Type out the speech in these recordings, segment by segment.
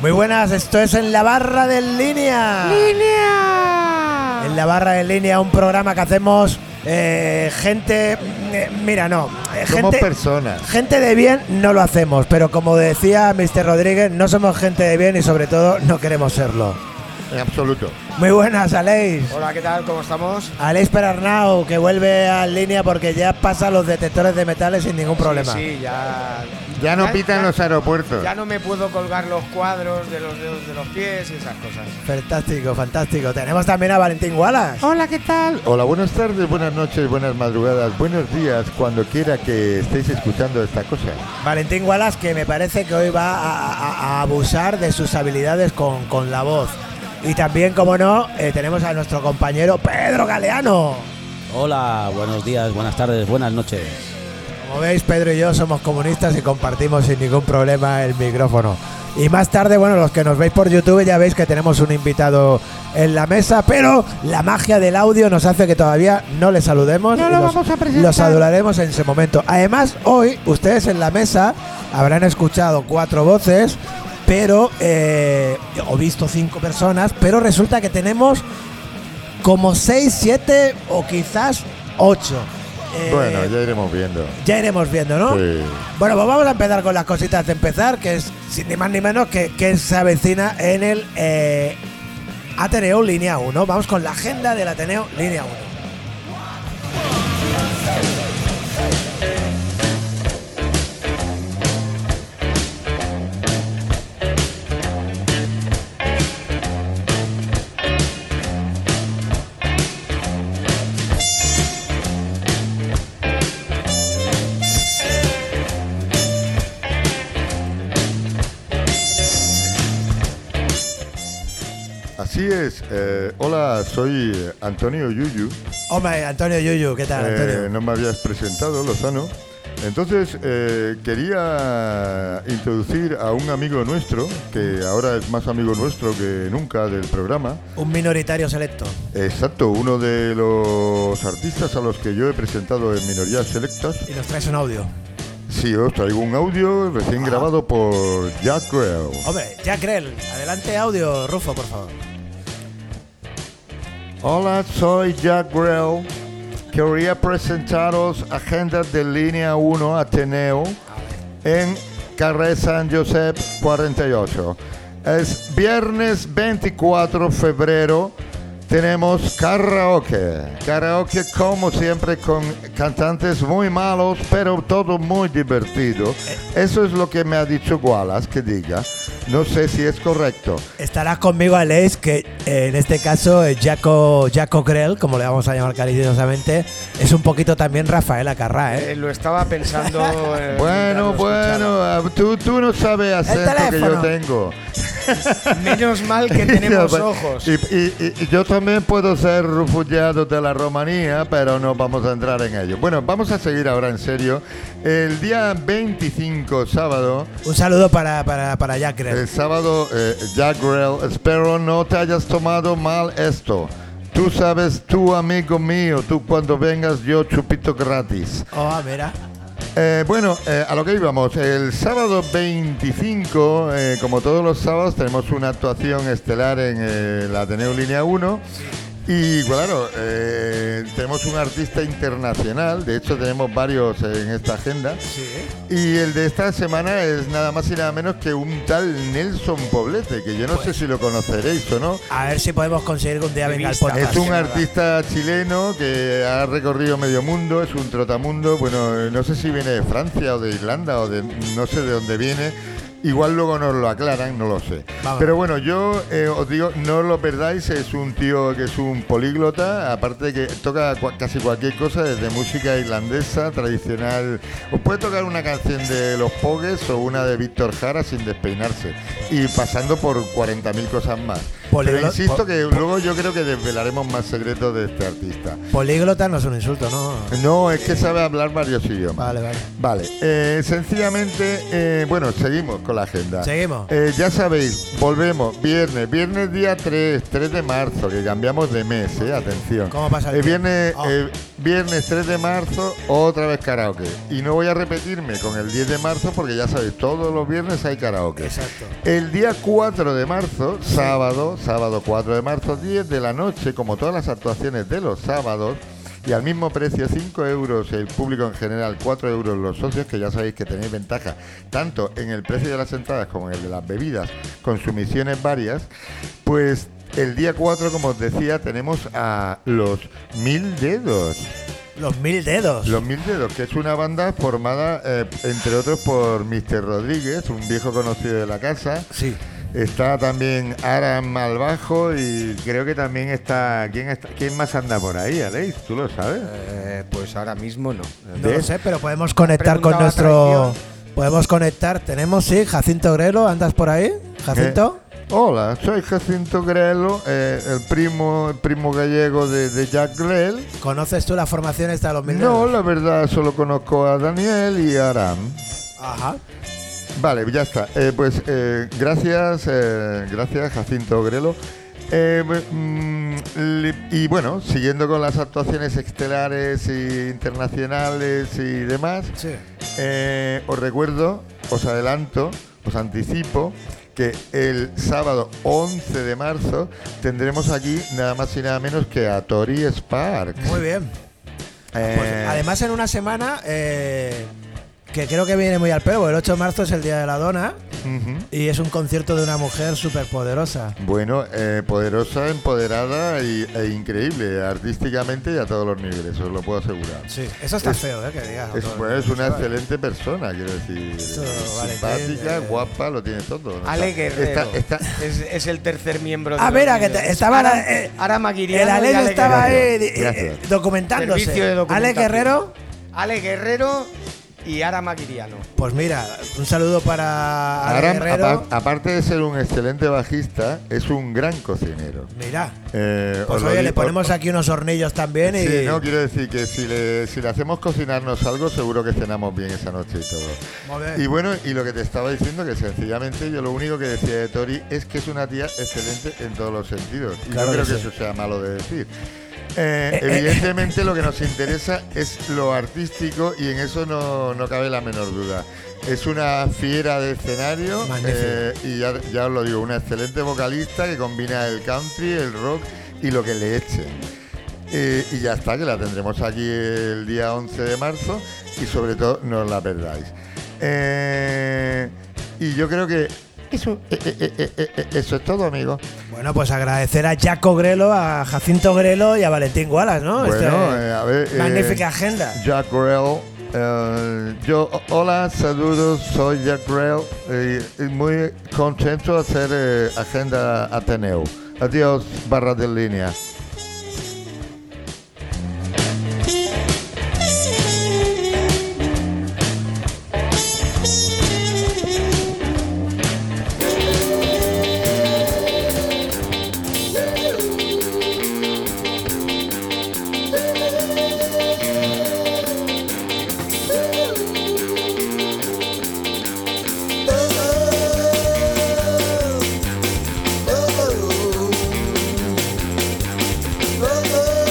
Muy buenas, esto es en la barra de línea. ¡Línea! En la barra de línea, un programa que hacemos eh, gente. eh, mira, no. eh, Somos gente, personas. gente de bien no lo hacemos, pero como decía Mr. Rodríguez, no somos gente de bien y sobre todo no queremos serlo. En absoluto. Muy buenas, Aleix. Hola, ¿qué tal? ¿Cómo estamos? Aleix Perarnau, que vuelve a línea porque ya pasa los detectores de metales sin ningún problema. Sí, sí, ya. Ya no ya- pitan ya- los aeropuertos. Ya no me puedo colgar los cuadros de los dedos de los pies y esas cosas. Fantástico, fantástico. Tenemos también a Valentín Wallace. Hola, ¿qué tal? Hola, buenas tardes, buenas noches, buenas madrugadas, buenos días, cuando quiera que estéis escuchando esta cosa. Valentín Wallace, que me parece que hoy va a, a- a abusar de sus habilidades con, con la voz. Y también, como no, eh, tenemos a nuestro compañero Pedro Galeano. Hola, buenos días, buenas tardes, buenas noches. Como veis, Pedro y yo somos comunistas y compartimos sin ningún problema el micrófono. Y más tarde, bueno, los que nos veis por YouTube ya veis que tenemos un invitado en la mesa, pero la magia del audio nos hace que todavía no le saludemos. No y lo los, vamos a presentar. los saludaremos en ese momento. Además, hoy ustedes en la mesa habrán escuchado cuatro voces, pero eh, o visto cinco personas, pero resulta que tenemos como seis, siete o quizás ocho. Eh, Bueno, ya iremos viendo. ya iremos viendo, ¿no? Sí. Bueno, pues vamos a empezar con las cositas de empezar, que es sin ni más ni menos que, que se avecina en el eh, Ateneo Línea 1. Vamos con la agenda del Ateneo Línea 1. Así es. eh, hola, soy Antonio Yuyu. Hombre, Antonio Yuyu, ¿qué tal, Eh, Antonio? no me habías presentado, Lozano. Entonces, eh, quería introducir a un amigo nuestro, que ahora es más amigo nuestro que nunca del programa. Un minoritario selecto. Exacto, uno de los artistas a los que yo he presentado en minorías selectas. Y nos traes un audio. Sí, os traigo un audio recién grabado por Jack Grell. Hombre, ya Krell, adelante audio, Rufo, por favor. Hola, soy Jack Grell. Quería presentaros agendas de línea 1 Ateneo en Carré San Josep 48. Es viernes 24 de febrero. Tenemos karaoke. Karaoke como siempre con cantantes muy malos, pero todo muy divertido. Eso es lo que me ha dicho Gualas que diga. No sé si es correcto. Estarás conmigo, Alex, que eh, en este caso eh, Jaco, Jaco Krell, como le vamos a llamar cariñosamente, es un poquito también Rafael Acarrá, ¿eh? Eh, lo estaba pensando. eh, Bueno, mientras lo escuchaba. bueno, ah, tú, tú no sabes acento que yo teléfono. tengo. Menos mal que tenemos Y- ojos. Y, y- y yo también puedo ser refugiado de la Romanía, pero no vamos a entrar en ello. Bueno, vamos a seguir ahora en serio. El día 25, sábado, Un saludo para, para, para Jack Krell. el sábado, eh, Jack Grell, espero no te hayas tomado mal esto. Tú sabes, tú amigo mío, tú cuando vengas yo chupito gratis. Oh, mira. Eh, bueno, eh, a lo que íbamos. El sábado 25, eh, como todos los sábados, tenemos una actuación estelar en eh, la Ateneo Línea 1. Y claro, eh, tenemos un artista internacional, de hecho tenemos varios en esta agenda. Y el de esta semana es nada más y nada menos que un tal Nelson Poblete, que yo no sé si lo conoceréis o no. A ver si podemos conseguir que un día De venga el vista. podcast. Es un Nada. artista chileno que ha recorrido medio mundo, es un trotamundo, bueno, eh, no sé si viene de Francia o de Irlanda o de no sé de dónde viene. Igual luego nos lo aclaran, no lo sé. Vamos. Pero bueno, yo eh, os digo, no lo perdáis, es un tío que es un políglota, aparte que toca cua- casi cualquier cosa, desde música irlandesa, tradicional. Os puede tocar una canción de Los Pogues o una de Víctor Jara sin despeinarse y pasando por 40.000 cosas más. Políglo- Pero po- insisto que luego yo creo que desvelaremos más secretos de este artista. Políglota no es un insulto, ¿no? No, es que sabe hablar varios idiomas. Vale, vale. Vale, eh, sencillamente, eh, bueno, seguimos con la agenda. Seguimos. Eh, ya sabéis, volvemos viernes, viernes día 3, 3 de marzo, que cambiamos de mes, eh, atención. ¿Cómo pasa el Eh, tiempo? viernes, Ah. eh, Viernes 3 de marzo, otra vez karaoke. Y no voy a repetirme con el 10 de marzo porque ya sabéis, todos los viernes hay karaoke. Exacto. El día 4 de marzo, sábado, sábado 4 de marzo, 10 de la noche, como todas las actuaciones de los sábados, y al mismo precio, 5 euros el público en general, 4 euros los socios, que ya sabéis que tenéis ventaja, tanto en el precio de las entradas como en el de las bebidas, con sumisiones varias, pues el día 4, como os decía, tenemos a los Mil Dedos. Los mil dedos. Los Mil Dedos, que es una banda formada, eh, entre otros, por Mr. Rodríguez, un viejo conocido de la casa. Sí. Está también Aram al bajo y creo que también está ¿quién, está- quién más anda por ahí, Aleix? ¿Tú lo sabes? Eh, pues ahora mismo no. No lo ¿Ves? sé, pero podemos conectar con Preguntaba nuestro. Podemos conectar. Tenemos, sí, Jacinto Grelo, ¿andas por ahí? Jacinto. Eh, hola, soy Jacinto Grelo, eh, el primo el primo gallego de, de Jack Grell. ¿Conoces tú la formación esta de los mil No, dedos? la verdad solo conozco a Daniel y a Aram. Ajá. Vale, ya está. Eh, pues eh, gracias, eh, gracias Jacinto Grelo. Eh, bu- mm, li- y bueno, siguiendo con las actuaciones estelares y internacionales y demás, Sí. eh, os recuerdo, os adelanto, os anticipo que el sábado 11 de marzo tendremos aquí nada más y nada menos que a Tori Sparks. Muy bien. Eh, Pues, además, en una semana eh, que creo que viene muy al pelo, porque el 8 de marzo es el Día de la Dona ujú. y es un concierto de una mujer súper poderosa. Bueno, eh, poderosa, empoderada y- e increíble, artísticamente y a todos los niveles, os lo puedo asegurar. Sí, eso está Es- feo, ¿eh? Que digas. Es, Otro- bueno, es una excelente persona, quiero decir. Eso, Valentín, simpática, eh. guapa, lo tiene todo. ¿no? Ale Está- Guerrero. está- Es, es el tercer miembro. de Ah, los mira, que Beatles. te- estaba Ara- la- eh, Ara El Maguiriano y Alex Ale estaba ahí Guerrero. eh, Gracias. eh, documentándose. Servicio de Alex documentación. Guerrero. Ale Guerrero y Ara Maguiriano. Pues mira, un saludo para Ale Aram, Guerrero. apar- aparte de ser un excelente bajista, es un gran cocinero. Mira, Eh, os pues lo oye, di- le os- ponemos aquí unos hornillos también y. Sí, no, quiero decir que si le, si le hacemos cocinarnos algo, seguro que cenamos bien esa noche y todo. Muy bien. Y bueno, y lo que te estaba diciendo, que sencillamente yo lo único que decía de Tori es que es una tía excelente en todos los sentidos. Y Claro no que creo que, sí. eso sea malo de decir. Eh, evidentemente lo que nos interesa es lo artístico y en eso no, no cabe la menor duda. Es una fiera de escenario Magnífico. eh, y ya, ya os lo digo, una excelente vocalista que combina el country, el rock y lo que le echen. Eh, y ya está, que la tendremos aquí el día 11 de marzo y sobre todo no os la perdáis. Eh, y yo creo que eso, eh, eh, eh, eh, eh, eso es todo, amigos. Bueno, pues agradecer a Jaco Grelo, a Jacinto Grelo y a Valentín Wallace, ¿no? Bueno, Este- eh, a ver, eh, magnífica agenda. Jack Grell. eh, yo, hola, saludos, soy Jack Grell eh, y muy contento de hacer eh, Agenda Ateneo. Adiós, barra de línea. Oh,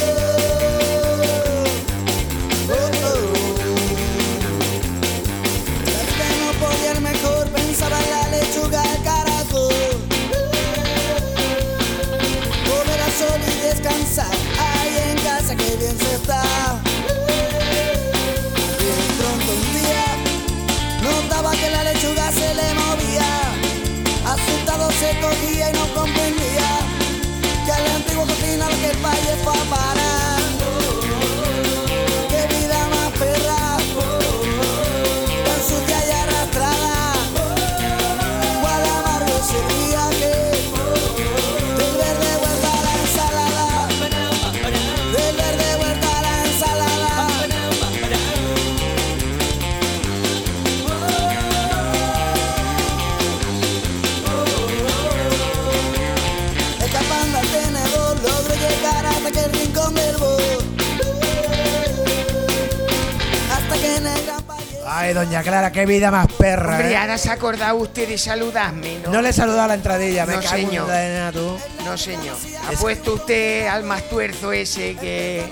Ay, doña Clara, qué vida más perra. Hombre, ¿eh? ahora se ha acordado usted de saludarme, ¿no? No le he saludado a la entradilla, me No, cago en señor. la nena, tú. No, señor. Ha puesto usted al más tuerzo ese que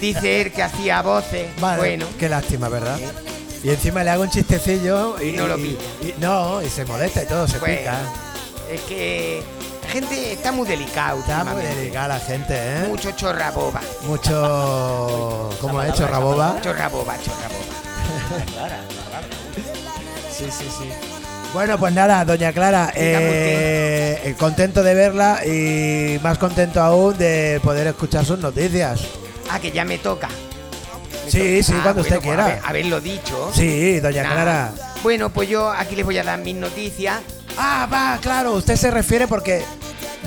dice él que hacía voces. Vale, Bueno, qué lástima, ¿verdad? Y encima le hago un chistecillo y, Y no lo y- pilla. y- no, y se molesta y todo, se Bueno, pica. es que la gente está muy delicada Está muy últimamente. dedicada la gente, ¿eh? Mucho chorra boba. Mucho. ¿Cómo Esa he hecho, palabra, esa Raboba? Chorra boba, chorra boba. Sí, sí, sí. Bueno, pues nada, doña Clara, eh, eh, contento de verla y más contento aún de poder escuchar sus noticias. Ah, que ya me toca. Me Sí, toca. sí, Ah, bueno, cuando usted pues quiera. haber- haberlo dicho. Sí, doña Nah. Clara. Bueno, pues yo aquí les voy a dar mis noticias. Ah, va, claro, usted se refiere porque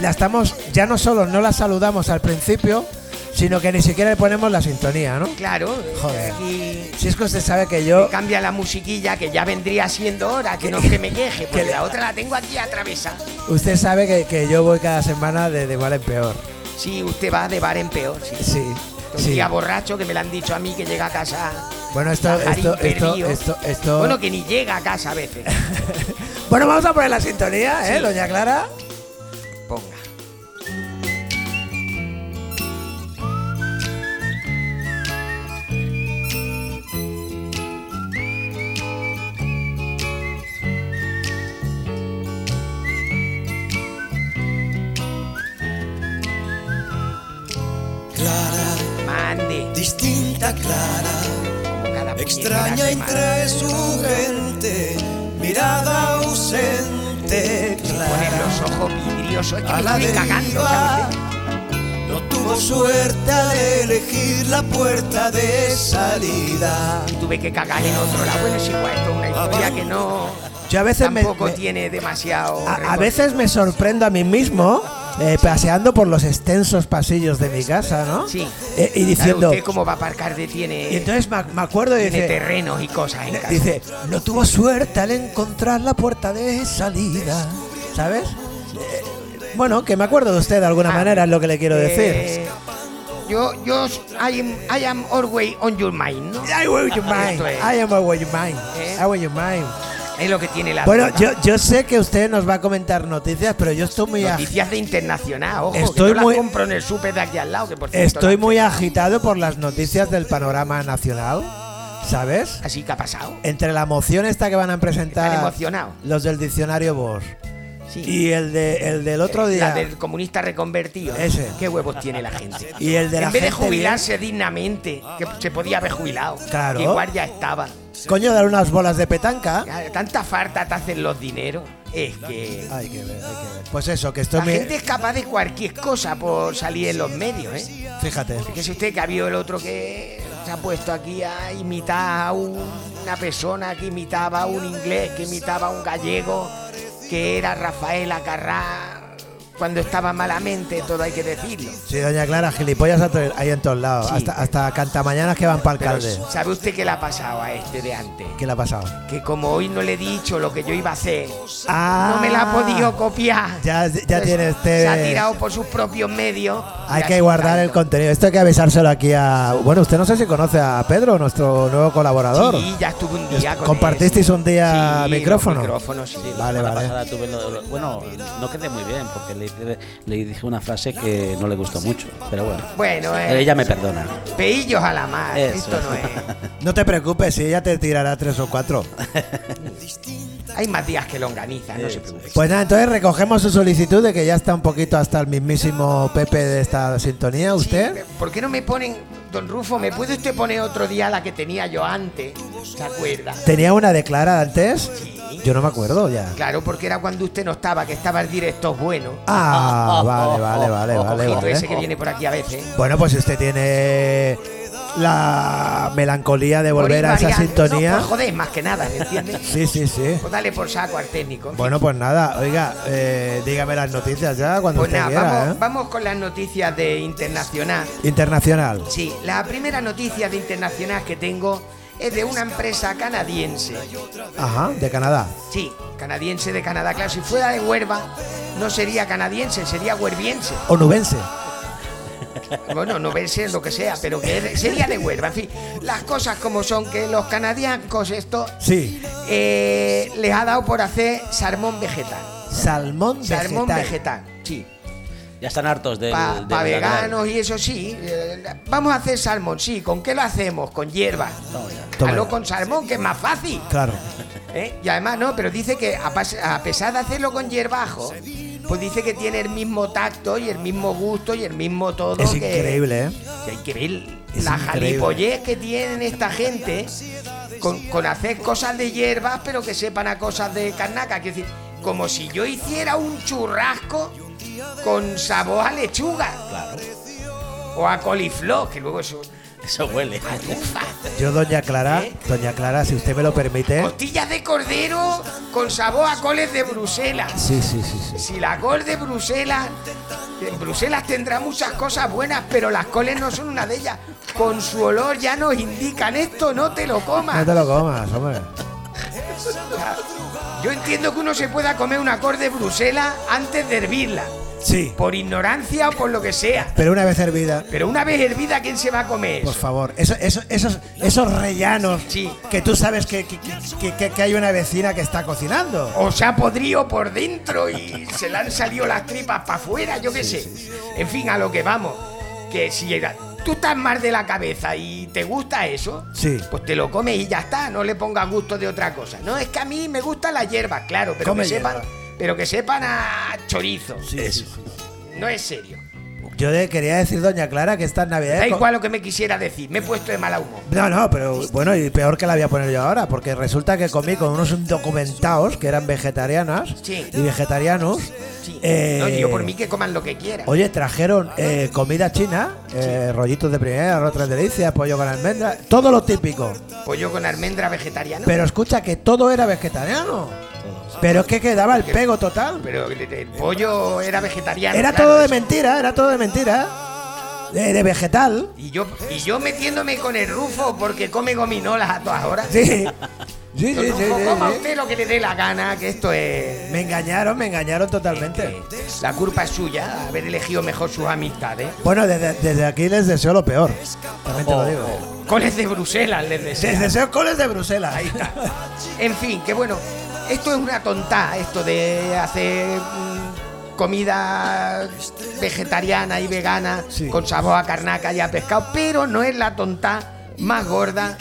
la estamos, ya no solo no la saludamos al principio, sino que ni siquiera le ponemos la sintonía, ¿no? Claro, Joder. aquí Si es que usted sabe que yo, cambia la musiquilla que ya vendría siendo hora, que no es que me queje, porque Que le- la otra la tengo aquí atravesada. usted sabe que, que yo voy cada semana de, de mal en peor. Sí, usted va de bar en peor. Sí. Sí, Un sí. día borracho que me lo han dicho a mí que llega a casa. Bueno, esto, Tajarín esto, esto, perdido. esto, esto. Bueno, que ni llega a casa a veces. Bueno, vamos a poner la sintonía, ¿eh, doña Clara? Ponga. Clara, Mande. distinta Clara, como cada puñetera extraña semana. entre su gente, mirada ausente, Poner Clara. los ojos vidriosos. Es que A me la estoy cagando, ¿sabe deriva, usted? no tuvo suerte de elegir la puerta de salida. Y tuve que cagar en otro lado. Bueno, es igual, esto es una historia que no. Ah, Yo a veces me- Tampoco me- tiene demasiado. A, a recorrido. veces me sorprendo a mí mismo eh, paseando por los extensos pasillos de mi casa, ¿no? Sí. Eh, y Claro, diciendo. usted cómo va a aparcar de tiene, Y entonces me, me acuerdo y tiene dice, Eh, terrenos y cosas en casa. dice, no tuvo suerte al encontrar la puerta de salida, ¿sabes? Eh, bueno, que me acuerdo de usted de alguna Ah, manera es lo que le quiero decir. Eh, yo, yo, I am, I am always on your mind, ¿no? I wear your mind, Esto es. I am aware your mind, Eh. I wear your mind. Es lo que tiene la. Bueno, droga. yo, yo sé que usted nos va a comentar noticias, pero yo estoy muy, ag- Noticias de internacional, ojo, Estoy que yo muy- las compro en el súper de aquí al lado, que por cierto, estoy la- muy agitado por las noticias del panorama nacional, ¿sabes? Así que ha pasado. Entre la moción esta que van a Están presentar emocionados. los del diccionario Vos Sí. y el, de, el del otro Eh, La día del comunista reconvertido. Ese. ¿Qué huevos tiene la gente? y el de la en vez de gente bien. jubilarse dignamente, que se podía haber jubilado, Claro. que igual ya estaba. Coño, dar unas bolas de petanca. Ya, Tanta falta te hacen los dineros. Es que Hay que ver, hay que ver. Pues eso, que estoy la muy. gente es capaz de cualquier cosa por salir en los medios, ¿eh? Fíjate. Fíjese usted que ha habido el otro que se ha puesto aquí a imitar a un- una persona que imitaba a un inglés, que imitaba a un gallego, que era Rafael Acarrá, cuando estaba malamente, todo hay que decirlo. Sí, doña Clara, gilipollas a to- ahí en todos lados. Sí. Hasta, hasta cantamañanas que van para Pero alcalde. ¿sabe usted qué le ha pasado a este de antes? ¿Qué le ha pasado? Que como hoy no le he dicho lo que yo iba a hacer, Ah, no me la ha podido copiar. Ya- ya Entonces, tiene usted- Se ha tirado por sus propios medios. y Hay ha que sido guardar el tanto. contenido. Esto hay que avisárselo aquí a. Bueno, usted no sé si conoce a Pedro, nuestro nuevo colaborador. Sí, ya estuve un día con ¿Compartisteis él. un día Sí, los micrófono? micrófonos, sí. Vale, La vale. pasada tuve lo- lo- bueno, no quedé muy bien porque le, hice- le dije una frase que no le gustó mucho, pero bueno. Bueno, Pero eh, ella me perdona. peillos a la mar. Eso. Esto no es. No te preocupes, si ella te tirará tres o cuatro. Hay más días que lo organizan, no se preocupe. Pues nada, entonces recogemos su solicitud de que ya está un poquito hasta el mismísimo Pepe de esta sintonía. ¿Usted? Sí, ¿Por qué no me ponen, don Rufo, me puede usted poner otro día la que tenía yo antes? ¿Se acuerda? ¿Tenía una de Clara antes? Sí. Yo no me acuerdo ya. Claro, porque era cuando usted no estaba, que estaba el directo bueno. Ah, vale, vale, vale, vale, Ojito vale. ese que viene por aquí a veces. Bueno, pues si usted tiene la melancolía de volver Por a esa invariar- No, sintonía. por joder, más que nada, ¿me entiendes? Sí, sí, sí. Pues dale por saco al técnico. Bueno, pues nada, oiga, eh, dígame las noticias ya cuando Pues usted nada, quiera, vamos, ¿eh? vamos con las noticias de internacional. Internacional. Sí, la primera noticia de internacional que tengo es de una empresa canadiense. Ajá, de Canadá. Sí, canadiense de Canadá. Claro, si fuera de Huerva, no sería canadiense, sería huerviense. Onubense. bueno, no verse lo que sea, pero que sería de Huelva. En fin, las cosas como son, que los canadiancos esto Sí, eh, les ha dado por hacer salmón vegetal. salmón, Salmón vegetal. vegetal, sí. Ya están hartos de. Para veganos y eso sí. eh, Vamos a hacer salmón, sí. ¿Con qué lo hacemos? Con hierba. Toma. Hazlo con salmón, que es más fácil. Claro. ¿eh? Y además, no, pero dice que a, pas- a pesar de hacerlo con hierbajo, pues dice que tiene el mismo tacto y el mismo gusto y el mismo todo. Es que- increíble, ¿eh? que hay que ver Es la increíble. jalipollez que tienen esta gente con, con hacer cosas de hierbas, pero que sepan a cosas de carnaca. Quiero decir, como si yo hiciera un churrasco con sabor a lechuga. O a coliflor, que luego eso. Ah, Eso huele. Ufa. Yo, doña Clara, ¿Eh? doña Clara, si usted me lo permite. Costillas de cordero con sabor a coles de Bruselas. Sí, sí, sí, sí. Si la col de Bruselas. En Bruselas tendrá muchas cosas buenas, pero las coles no son una de ellas. Con su olor ya nos indican esto, no te lo No comas. te lo comas, hombre. Yo entiendo que uno se pueda comer una col de Bruselas antes de hervirla, Sí. por ignorancia o por lo que sea. Pero una vez hervida, Pero una vez hervida, ¿quién se va a comer? por eso? favor. Eso- eso- esos, esos rellanos Sí. que tú sabes que, que- que- que- que hay una vecina que está cocinando. O se ha podrido por dentro y se le han salido las tripas para afuera, yo qué sé. En fin, a lo que vamos. Que si era- tú estás mal de la cabeza y te gusta eso, Sí. pues te lo comes y ya está, no le pongas gusto de otra cosa. No, es que a mí me gustan las hierbas, claro, pero Come que sepan, hierba. pero que sepan a chorizo. Eso. No es serio. Yo le quería decir, doña Clara, que estas navidades. Da Eh, co- igual lo que me quisiera decir, me he puesto de mala humor. No, no, pero bueno, y peor que la voy a poner yo ahora, porque resulta que comí con unos indocumentados que eran vegetarianas Sí. y vegetarianos. Sí. eh, No, yo por mí que coman lo que quieran. Oye, trajeron eh, comida china, eh, rollitos de primera, arroz tres delicias, pollo con almendras, todo lo típico. Pollo con almendra vegetariana. Pero escucha que todo era vegetariano. Pero es que quedaba el pego total. Pero el, el pollo era vegetariano. Era claro, todo de eso. mentira, era todo de mentira. De, de vegetal. Y yo, y yo metiéndome con el rufo porque come gominolas a todas horas. Sí. Sí, sí, sí, Don Rufo, sí, coma sí. usted lo que le dé la gana, que esto es. Me engañaron, me engañaron totalmente. que La culpa es suya, haber elegido mejor sus amistades. Bueno, desde, desde aquí les deseo lo peor. También Oh, te lo digo. Coles de Bruselas, les deseo. Les deseo coles de Bruselas. Ahí está. En fin, que bueno, esto es una tonta, esto de hacer mm, comida vegetariana y vegana Sí. con sabor a carnaca y a pescado, pero no es la tonta más gorda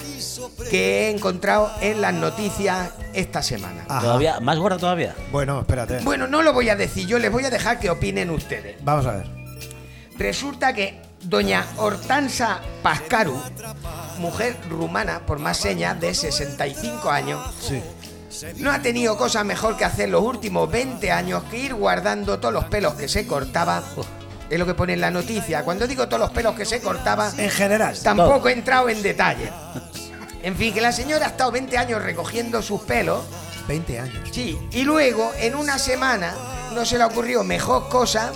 que he encontrado en las noticias esta semana. Ajá. Todavía, más gorda todavía. Bueno, espérate. Bueno, no lo voy a decir yo, les voy a dejar que opinen ustedes. Vamos a ver. Resulta que doña Hortansa Pascaru, mujer rumana por más señas de 65 años, Sí. No ha tenido cosa mejor que hacer los últimos 20 años que ir guardando todos los pelos que se cortaba. Oh. Es lo que pone en la noticia. Cuando digo todos los pelos que se cortaba, En general. tampoco he entrado en detalle. En fin, que la señora ha estado 20 años recogiendo sus pelos. 20 años. Sí. Y luego, en una semana, no se le ocurrió mejor cosa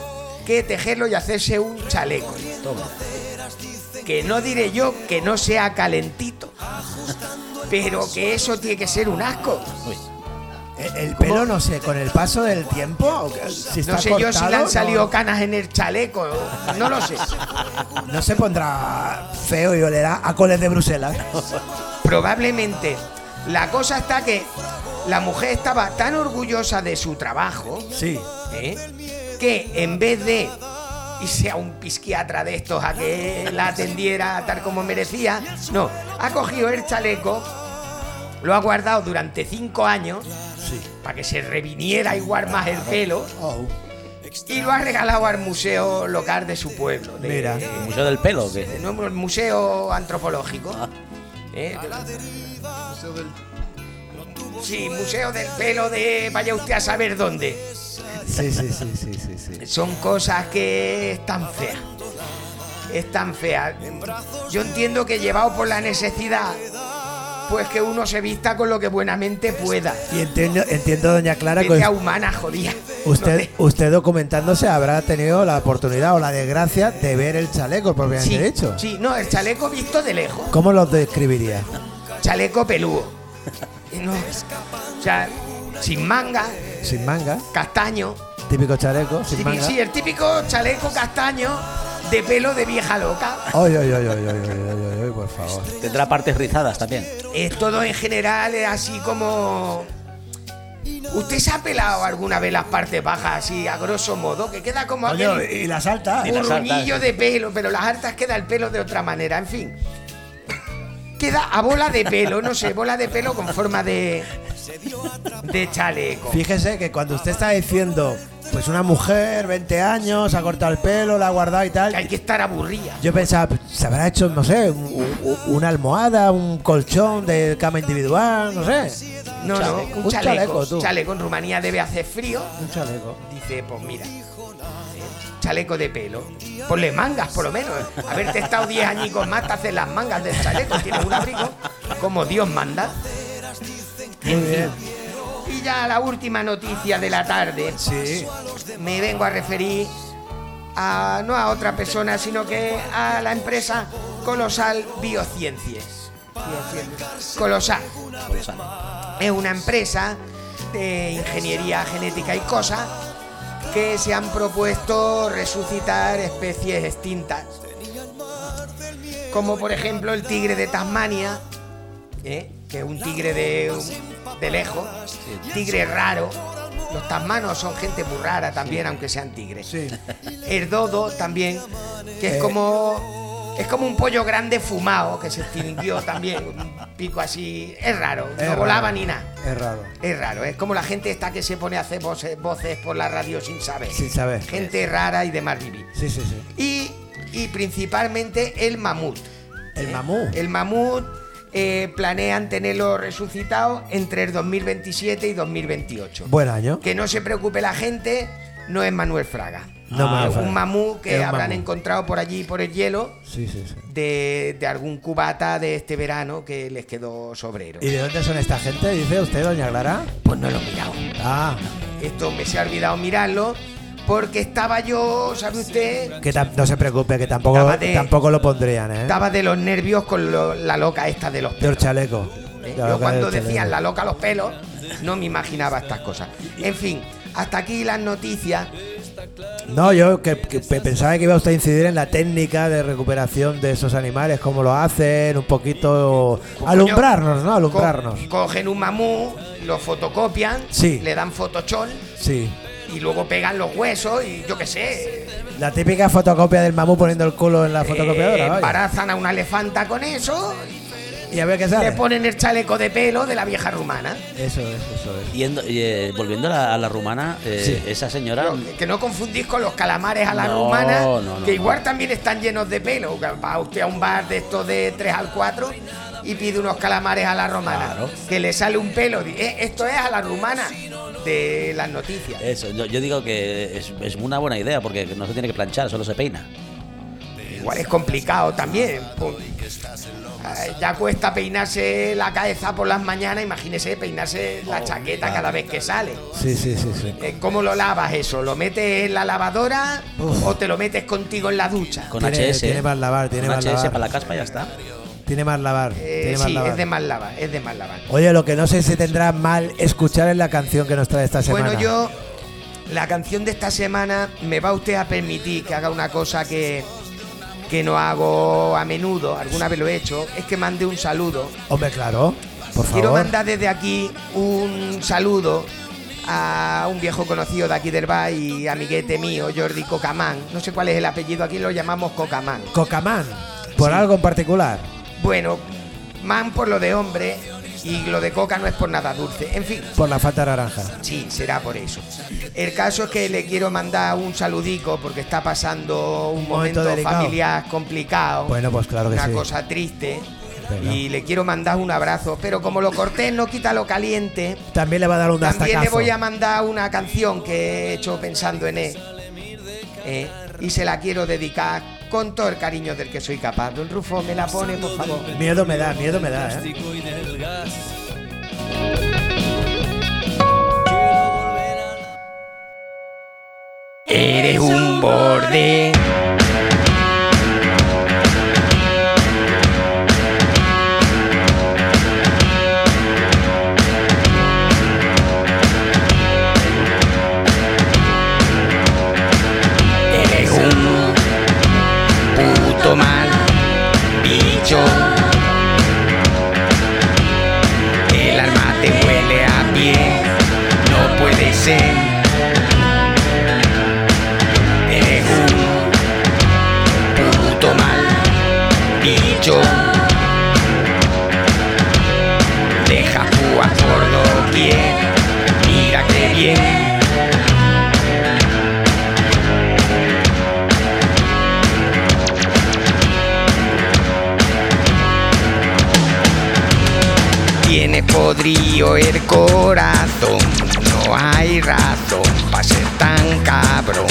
que tejerlo y hacerse un chaleco. Que no diré yo que no sea calentito. Pero que eso tiene que ser un asco. El, el pelo, no sé, con el paso del tiempo. o que- Si está No sé yo si cortado, le han no- salido canas en el chaleco, no lo sé. No se pondrá feo y olerá a coles de Bruselas. Probablemente. La cosa está que la mujer estaba tan orgullosa de su trabajo Sí. ¿eh? que en vez de irse a un psiquiatra de estos a que la atendiera tal como merecía, no, ha cogido el chaleco, lo ha guardado durante cinco años Sí. para que se reviniera igual más el pelo Oh. y lo ha regalado al museo local de su pueblo. de- Mira. ¿El museo del pelo o qué? No, el Museo Antropológico. Ah. ¿Eh? Sí, Museo del Pelo de vaya usted a saber dónde. Sí, sí, sí, sí, sí, sí. Son cosas que están feas. Están feas. Yo entiendo que llevado por la necesidad, pues que uno se vista con lo que buenamente pueda. Y entiendo, entiendo doña Clara, que Gente humana, jodida. No usted, te- usted documentándose habrá tenido la oportunidad o la desgracia de ver el chaleco propiamente Sí, dicho. sí, no, el chaleco visto de lejos. ¿Cómo lo describiría? Chaleco peludo. Y no, o sea, sin manga, Sin manga, castaño. típico chaleco, sin Sí, manga. sí, el típico chaleco castaño de pelo de vieja loca. Oy, oy, oy, oy, oy, oy, oy, oy, oy, por favor. Tendrá partes rizadas también. Es todo en general es así como. ¿Usted se ha pelado alguna vez las partes bajas así, a grosso modo? Que queda como Coño, aquel y las altas. Y las burruñillo altas, de pelo, pero las altas queda el pelo de otra manera, en fin. Queda a bola de pelo, no sé, bola de pelo con forma de. de chaleco. Fíjese que cuando usted está diciendo, pues una mujer, 20 años, ha cortado el pelo, la ha guardado y Que hay tal. que estar aburrida. Yo pensaba, pues, se habrá hecho, no sé, un- un- una almohada, un colchón de cama individual, no sé. No, no, chaleco. un Un chaleco. chaleco, tú. chaleco en Rumanía debe hacer frío. Un chaleco. Dice, pues mira, chaleco de pelo. Ponle mangas, por lo menos. Haberte estado 10 añicos más, te haces las mangas del chaleco. Tienes un abrigo, como Dios manda. Muy bien. Y ya la última noticia de la tarde. Sí. Me vengo a referir a, no a otra persona, sino que a la empresa Colosal Biociencias. Biociencias. Colosal. Por lo sano. es una empresa de ingeniería genética y cosas que se han propuesto resucitar especies extintas. Como por ejemplo el tigre de Tasmania, ¿eh? que es un tigre de, de lejos, tigre raro. Los tasmanos son gente muy rara también, aunque sean tigres. Sí. El dodo también, que es Eh. como. Es como un pollo grande fumado que se extinguió también. Un pico así. Es raro. Es no raro. volaba ni nada. Es raro. Es raro. Es como la gente esta que se pone a hacer voces, voces por la radio sin saber. Sin saber. Gente rara y demás vivir. Sí, sí, sí. Y, y principalmente el mamut. El ¿eh? mamut. El mamut eh, planean tenerlo resucitado entre el 2027 y 2028. Buen año. Que no se preocupe la gente, no es Manuel Fraga. No, Manuel Es Fraga. un mamú que Es un habrán mamú. encontrado por allí, por el hielo, Sí, sí, sí. de, de algún cubata de este verano que les quedó sobrero. ¿Y de dónde son esta gente? Dice usted, doña Clara. Pues no lo he mirado. Ah, Esto me se ha olvidado mirarlo porque estaba yo, ¿sabe usted? que tam- no se preocupe, que tampoco, Estaba de- tampoco lo pondrían, ¿eh? Estaba de los nervios con lo- la loca esta de los De pelos. los chaleco. ¿eh? De Yo lo que cuando es el decían la chaleco. loca los pelos, no me imaginaba estas cosas. En fin, hasta aquí las noticias. No, yo que, que pe- pensaba que iba usted a incidir en la técnica de recuperación de esos animales, cómo lo hacen, un poquito. Pues, Alumbrarnos, coño, ¿no? Alumbrarnos. co- cogen un mamú, lo fotocopian, Sí. le dan fotochón Sí. y luego pegan los huesos y yo qué sé. La típica fotocopia del mamú poniendo el culo en la eh, fotocopiadora. vaya. embarazan a una elefanta con eso y Y a ver qué le sale. ponen el chaleco de pelo de la vieja rumana. Eso es, eso es. Yendo- y, eh, volviendo a la, a la rumana, eh, Sí. esa señora. Pero que- que no confundís con los calamares a la No, rumana, no, no, que no. igual también están llenos de pelo. Va usted a un bar de estos de 3 al 4 y pide unos calamares a la romana, Claro. que le sale un pelo. Di- "Eh, esto es a la rumana de las noticias. Eso, yo, yo digo que es, es una buena idea porque no se tiene que planchar, solo se peina. Igual es complicado también. pues. Ay, Ya cuesta peinarse la cabeza por las mañanas, imagínese peinarse Oh, la chaqueta cada vez que sale. Sí, sí, sí, sí. Eh, ¿Cómo lo lavas eso? ¿Lo metes en la lavadora Uf. o te lo metes contigo en la ducha? Con Tiene- HS. tiene más lavar, tiene Con más HS lavar. para la caspa y ya está. Tiene más lavar. Eh, tiene más sí, lavar. es de más lavar, es de más lavar. Oye, lo que no sé si tendrá mal escuchar es la canción que nos trae esta semana. Bueno, yo, la canción de esta semana me va usted a permitir que haga una cosa que, que no hago a menudo, alguna vez lo he hecho, es que mande un saludo. Hombre, claro. Por favor. Quiero mandar desde aquí un saludo a un viejo conocido de aquí del bar y amiguete mío, Jordi Cocamán. No sé cuál es el apellido, aquí lo llamamos Cocamán. Cocamán. Por algo en particular. Bueno, man por lo de hombre y lo de coca no es por nada dulce. En fin, Por la falta de naranja. Sí, será por eso. El caso es que le quiero mandar un saludico porque está pasando un, momento momento, delicado. familiar complicado. Bueno, pues claro que una sí. cosa triste. Pero- Y le quiero mandar un abrazo. Pero como lo cortés no quita lo caliente, También le va a dar un también le dastacazo. voy a mandar una canción que he hecho pensando en él. Eh, y se la quiero dedicar con todo el cariño del que soy capaz. Don Rufo, me la pone, por favor. Miedo me da, miedo me da, ¿eh? plástico y del gas. Eres un borde. Eres un mucho. Deja Cuba gordo bien, mírate bien. Tiene podrío el corazón, no hay razón para ser tan cabrón.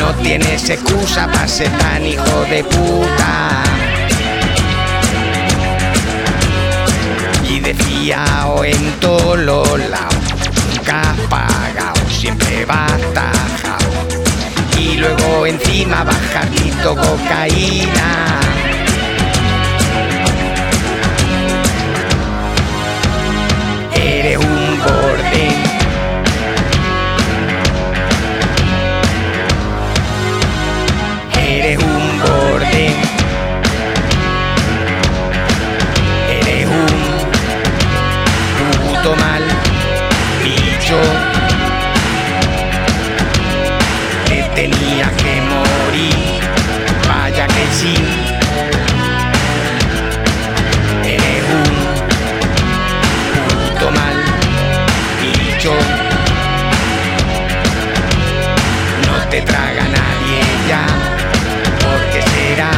No tienes excusa para ser tan hijo de puta. y desfiao en todos los lados. Nunca has pagado, siempre vas tajao. Y luego encima bajadito cocaína. Eres un borde. Eres un borde. Eres un puto mal bicho. Que tenía que morir, vaya que sí. Eres un puto mal bicho. No te traga nadie ya, porque será.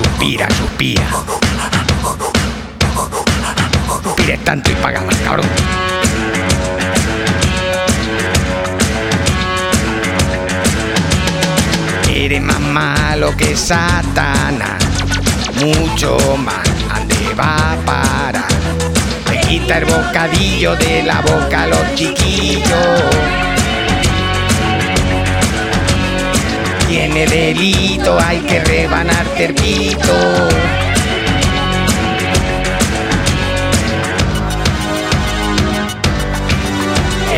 Suspira, suspira. Pires tanto y pagas más, cabrón. Eres más malo que Satanás, mucho más. Ande va para. Te quita el bocadillo de la boca a los chiquillos. tiene delito, hay que rebanarte el pito.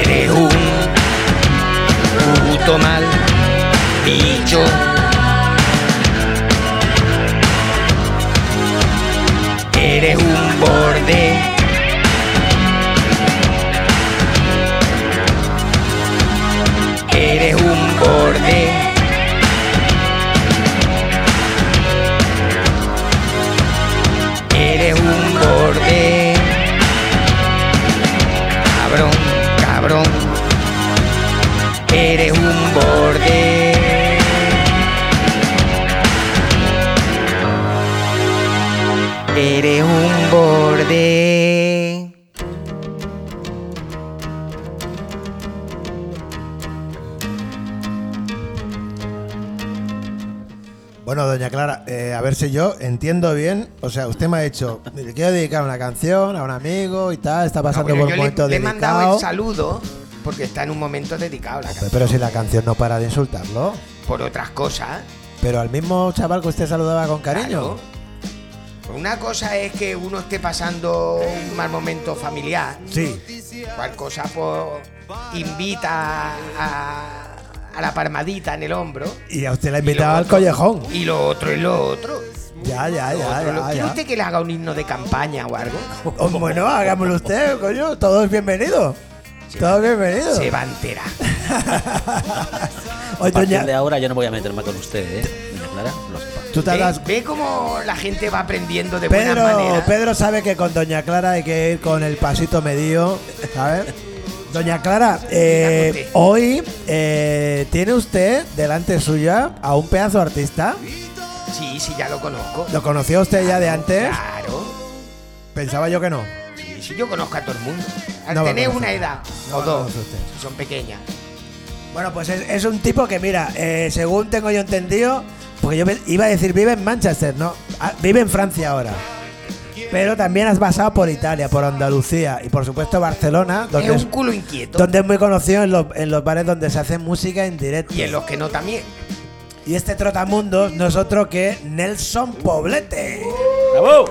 Eres un puto mal bicho. Eres un borde. Eres un borde. Eres un borde. Cabrón, cabrón. Eres un borde. Eres un borde. Bueno, doña Clara, eh, a ver si yo entiendo bien. O sea, usted me ha dicho, le quiero dedicar una canción a un amigo y tal, está pasando Bueno, por yo un le, momento le he mandado delicado. el saludo porque está en un momento dedicado la Hombre, canción. Pero si la canción no para de insultarlo. Por otras cosas. ¿eh? Pero al mismo chaval que usted saludaba con cariño. Claro. Una cosa es que uno esté pasando un mal momento familiar, Sí. cual cosa pues, invita a, a la palmadita en el hombro. Y a usted la Y lo invitaba al otro- collejón. Y lo otro y lo otro. Ya, ya, Lo ya, otro, lo- ya. ¿Quiere ya. usted que le haga un himno de campaña o algo? Oh, Bueno, hagámoslo usted, coño. Todos bienvenidos. Todos bienvenidos. Se va entera. A Oye, partir de doña, ahora yo no voy a meterme con usted, ¿eh? Doña Clara, lo sepa. ¿Eh? tú te ¿Ve, das. ve cómo la gente va aprendiendo de buena Pedro, manera? Pedro sabe que con Doña Clara hay que ir con el pasito medio, ¿sabes? Doña Clara, eh, Dígame usted. hoy eh, tiene usted delante suya a un pedazo de artista. Sí, sí, ya lo conozco. ¿Lo conoció usted ya de antes? Claro. Pensaba yo que no. Sí, sí, yo conozco a todo el mundo. Al No lo tener conoce. una edad No o lo dos, conoce usted. si son pequeñas. Bueno, pues es, es un tipo que, mira, eh, según tengo yo entendido, porque yo pe- iba a decir vive en Manchester, ¿no? Ah, vive en Francia ahora. Pero también has pasado por Italia, por Andalucía y por supuesto Barcelona, donde Es es, un culo inquieto. donde es muy conocido en los, en los bares donde se hace música en directo. Y en los que no también. Y este trotamundo no es otro que Nelson Poblete. ¡Bravo!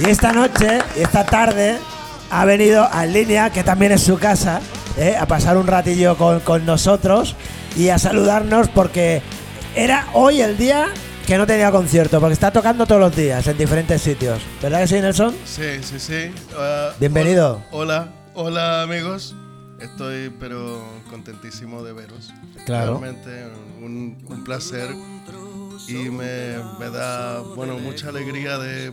Y esta noche, y esta tarde, ha venido a Línea, que también es su casa, ¿eh? a pasar un ratillo con, con nosotros y a saludarnos porque era hoy el día que no tenía concierto, porque está tocando todos los días en diferentes sitios. ¿Verdad que sí, Nelson? Sí, sí, sí. Ah, Bienvenido. hol- Hola, hola amigos. Estoy pero contentísimo de veros. Claro. Realmente un, un placer y me, me da, bueno, mucha alegría de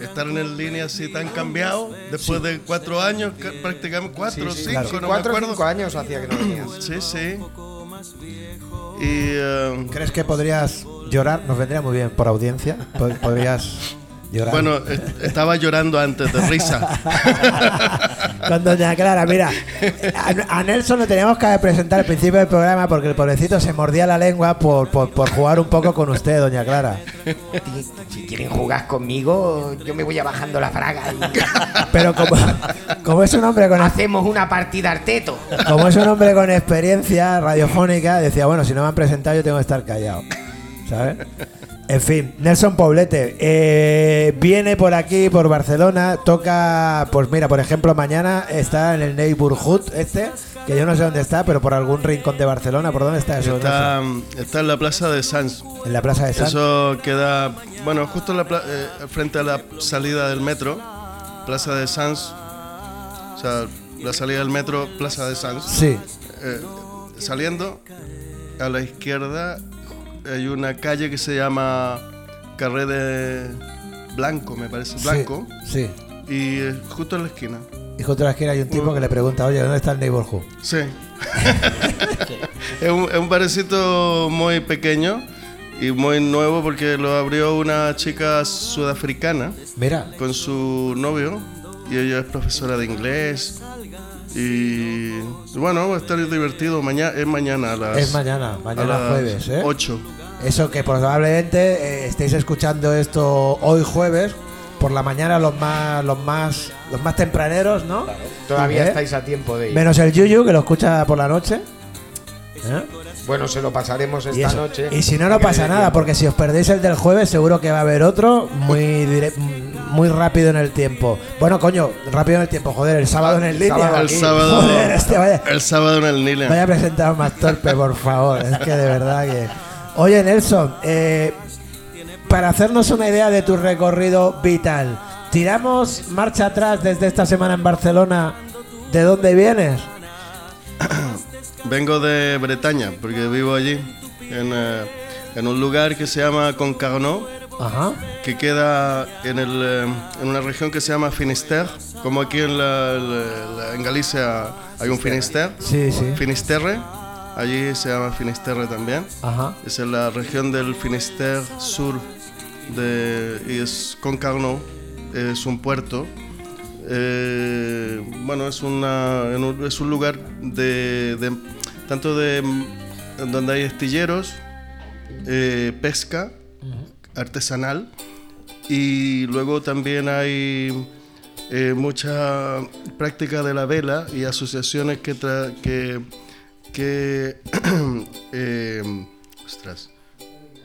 estar en el línea así tan cambiado después de cuatro años, ca- prácticamente cuatro, cinco, claro. no me Cuatro o acuerdo. cinco eh. años hacía que no venías. Sí, sí. Y eh, ¿Crees que podrías llorar? Nos vendría muy bien por audiencia. Pod- Podrías llorar. bueno, est- estaba llorando antes de risa. Con Doña Clara, mira, a, a Nelson lo teníamos que presentar al principio del programa porque el pobrecito se mordía la lengua por, por, por jugar un poco con usted, Doña Clara. Si- Si quieren jugar conmigo, yo me voy abajando la fraga y Pero como, como es un hombre con hacemos una partida arteto. como es un hombre con experiencia radiofónica, decía, bueno, si no me han presentado yo tengo que estar callado. ¿Sabes? En fin, Nelson Poblete eh, viene por aquí, por Barcelona, toca, pues mira, por ejemplo, mañana está en el Neighborhood este, que yo no sé dónde está, pero por algún rincón de Barcelona, ¿por dónde está eso? Está, está en la plaza de Sanz. En la Plaza de San. Eso queda, bueno, justo en la pla- eh, frente a la salida del metro, Plaza de Sanz. O sea, la salida del metro, Plaza de Sanz. Sí, Eh, saliendo a la izquierda hay una calle que se llama Carré de Blanco, me parece, Blanco. Sí. Y eh, justo en la esquina. Y justo a la esquina hay un tipo que le pregunta, oye, ¿dónde está el Neighborhood? Sí. es, un, es un barecito muy pequeño y muy nuevo porque lo abrió una chica sudafricana Mira, con su novio y ella es profesora de inglés. Y bueno, va a estar divertido. Mañana, es mañana a las. es mañana, mañana jueves, ¿eh? 8. Eso que probablemente eh, estéis escuchando esto hoy jueves, por la mañana los más, los más, los más tempraneros, ¿no? Todavía ¿Eh? estáis a tiempo de ir. Menos el Yuyu, que lo escucha por la noche. ¿Eh? Bueno, se lo pasaremos Y, esta eso. noche. Y si no, no pasa nada, porque si os perdéis el del jueves, seguro que va a haber otro muy dire- muy rápido en el tiempo. Bueno, coño, rápido en el tiempo, joder, el sábado en el línea. sábado El sábado. Joder, este, vaya, El sábado en el Nile. Vaya a presentar más torpe, por favor. Es que de verdad que. Oye, Nelson, eh, para hacernos una idea de tu recorrido vital, ¿tiramos marcha atrás desde esta semana en Barcelona? ¿De dónde vienes? Vengo de Bretaña porque vivo allí, en, eh, en un lugar que se llama Concarneau. Ajá. que queda en, el, eh, en una región que se llama Finisterre, como aquí en, la- la- la- en Galicia hay un Finisterre, Sí, sí. Finisterre, allí se llama Finisterre también, Ajá. es en la región del Finisterre sur de, y es Concarneau, es un puerto, eh, bueno, es, una, en un, es un lugar de, de- tanto de mm, donde hay estilleros, eh, pesca artesanal y luego también hay eh, mucha práctica de la vela y asociaciones que tra- que, que eh, ostras,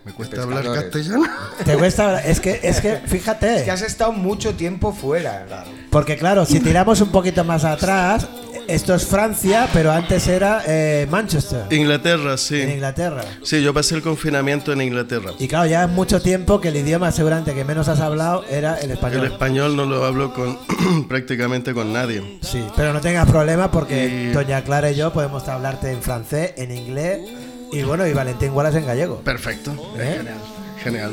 me cuesta hablar castellano. Te cuesta. Es que, es que, Es que fíjate. has estado mucho tiempo fuera. Porque claro, si tiramos un poquito más atrás, esto es Francia, pero antes era eh, Manchester, Inglaterra, en sí. Inglaterra. Sí, yo pasé el confinamiento en Inglaterra. Y claro, ya es mucho tiempo que el idioma seguramente que menos has hablado era el El español. español no lo hablo con prácticamente con nadie. Sí, pero no tengas problemas porque Y- Doña Clara y yo podemos hablarte en francés, en inglés y bueno, y Valentín Wallace en gallego. Perfecto. ¿Eh? Genial.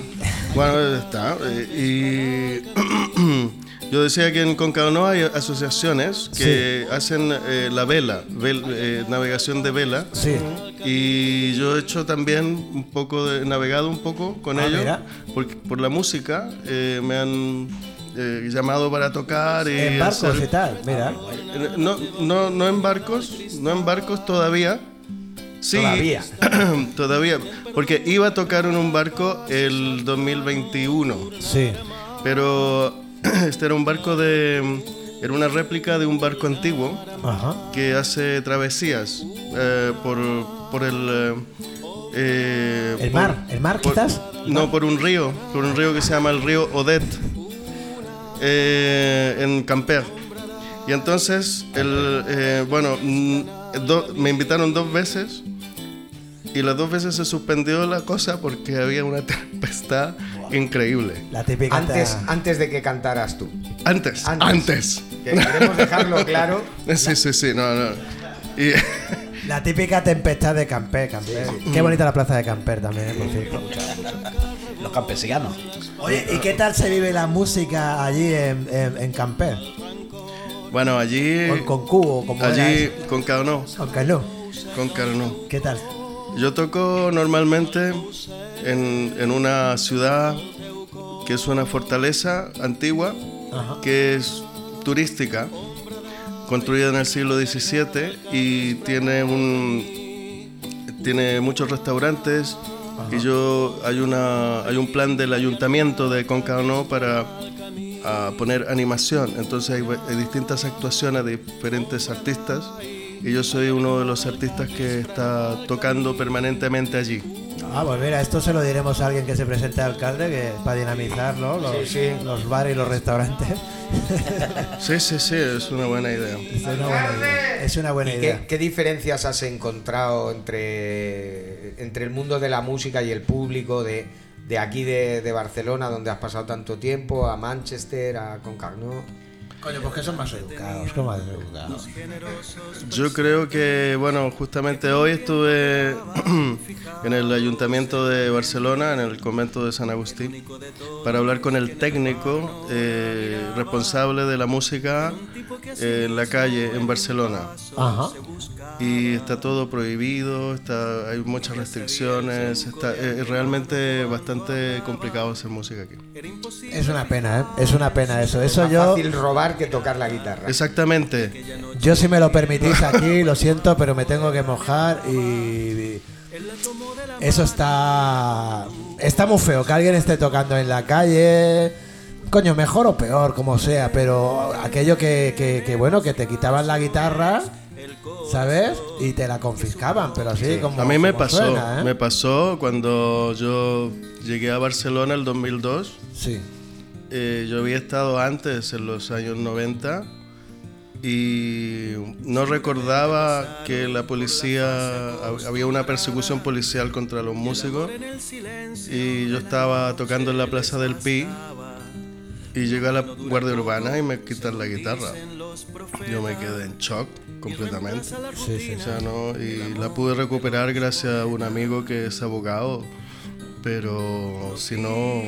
Bueno, está. eh, y yo decía que en Concagno hay asociaciones que hacen eh, la vela, vel- eh, navegación de vela. Sí. Y yo he hecho también un poco de navegado un poco con Ah, ellos mira. porque por la música eh, me han eh, llamado para tocar y En barcos hacer- Eh, y tal, mira. no, no, no en barcos, no en barcos todavía. Sí, Todavía. todavía. Porque iba a tocar en un barco el 2021, Sí. pero este era un barco de. Era una réplica de un barco antiguo Ajá. que hace travesías eh, por, por el. eh, eh, El por- mar, el mar por- quizás. No, por un río, por un río que se llama el río Odette, eh, en Camper. Y entonces, el, eh, bueno, mm, do- me invitaron dos veces y las dos veces se suspendió la cosa porque había una, tra- está increíble. La típica. Antes, ta- antes de que cantaras tú. Antes, Antes. antes. Que queremos dejarlo claro. Sí, sí, sí, no, no. Y, La típica tempestad de Camper, Camper. Qué bonita la plaza de Camper también, eh, por cierto. Los campesinos. Oye, ¿y qué tal se vive la música allí en, en, en Camper? bueno, allí, Con, con Cubo, como era allí, eso. con Carnot, Con Carlos. con Carnot. ¿Qué tal? Yo toco normalmente en, en una ciudad que es una fortaleza antigua, Ajá. que es turística, construida en el siglo XVII y tiene un tiene muchos restaurantes y yo hay una hay un plan del ayuntamiento de Concarneau para a poner animación, entonces hay, va- hay distintas actuaciones de diferentes artistas y yo soy uno de los artistas que está tocando permanentemente allí. Ah, pues mira, esto se lo diremos a alguien que se presente al alcalde que para dinamizar ¿no? los, Sí, sí. los bares y los restaurantes. Sí, sí, sí, es una buena idea. es una buena idea. Es una buena ¿Y idea. ¿Qué, qué diferencias has encontrado entre, entre el mundo de la música y el público de, de aquí de, de Barcelona, donde has pasado tanto tiempo, a Manchester, a Concarneau? Coño, pues que son más educados, ¿cómo más educados? Yo creo que, bueno, justamente hoy estuve en el Ayuntamiento de Barcelona, en el convento de San Agustín, para hablar con el técnico eh, responsable de la música eh, en la calle en Barcelona. Ajá. Y está todo prohibido, está, hay muchas restricciones, está, eh, es realmente bastante complicado hacer música aquí. Es una pena, ¿eh? Es una pena eso. Eso Más yo, fácil robar que tocar la guitarra. Exactamente. yo si me lo permitís aquí, lo siento, pero me tengo que mojar y... y Eso está... Está muy feo, que alguien esté tocando en la calle... Coño, mejor o peor, como sea, pero aquello que, que- que, bueno, que te quitaban la guitarra, ¿sabes? Y te la confiscaban, pero así como... A mí me como pasó, suena, ¿eh? me pasó cuando yo llegué a Barcelona el 2002. Sí. Eh, yo había estado antes, en los años 90, y no recordaba que la policía, hab- había una persecución policial contra los músicos, y yo estaba tocando en la Plaza del Pi, y llega la Guardia Urbana y me quitan la guitarra. Yo me quedé en shock completamente. Sí, sí, O sea, no, y la pude recuperar gracias a un amigo que es abogado, pero si no,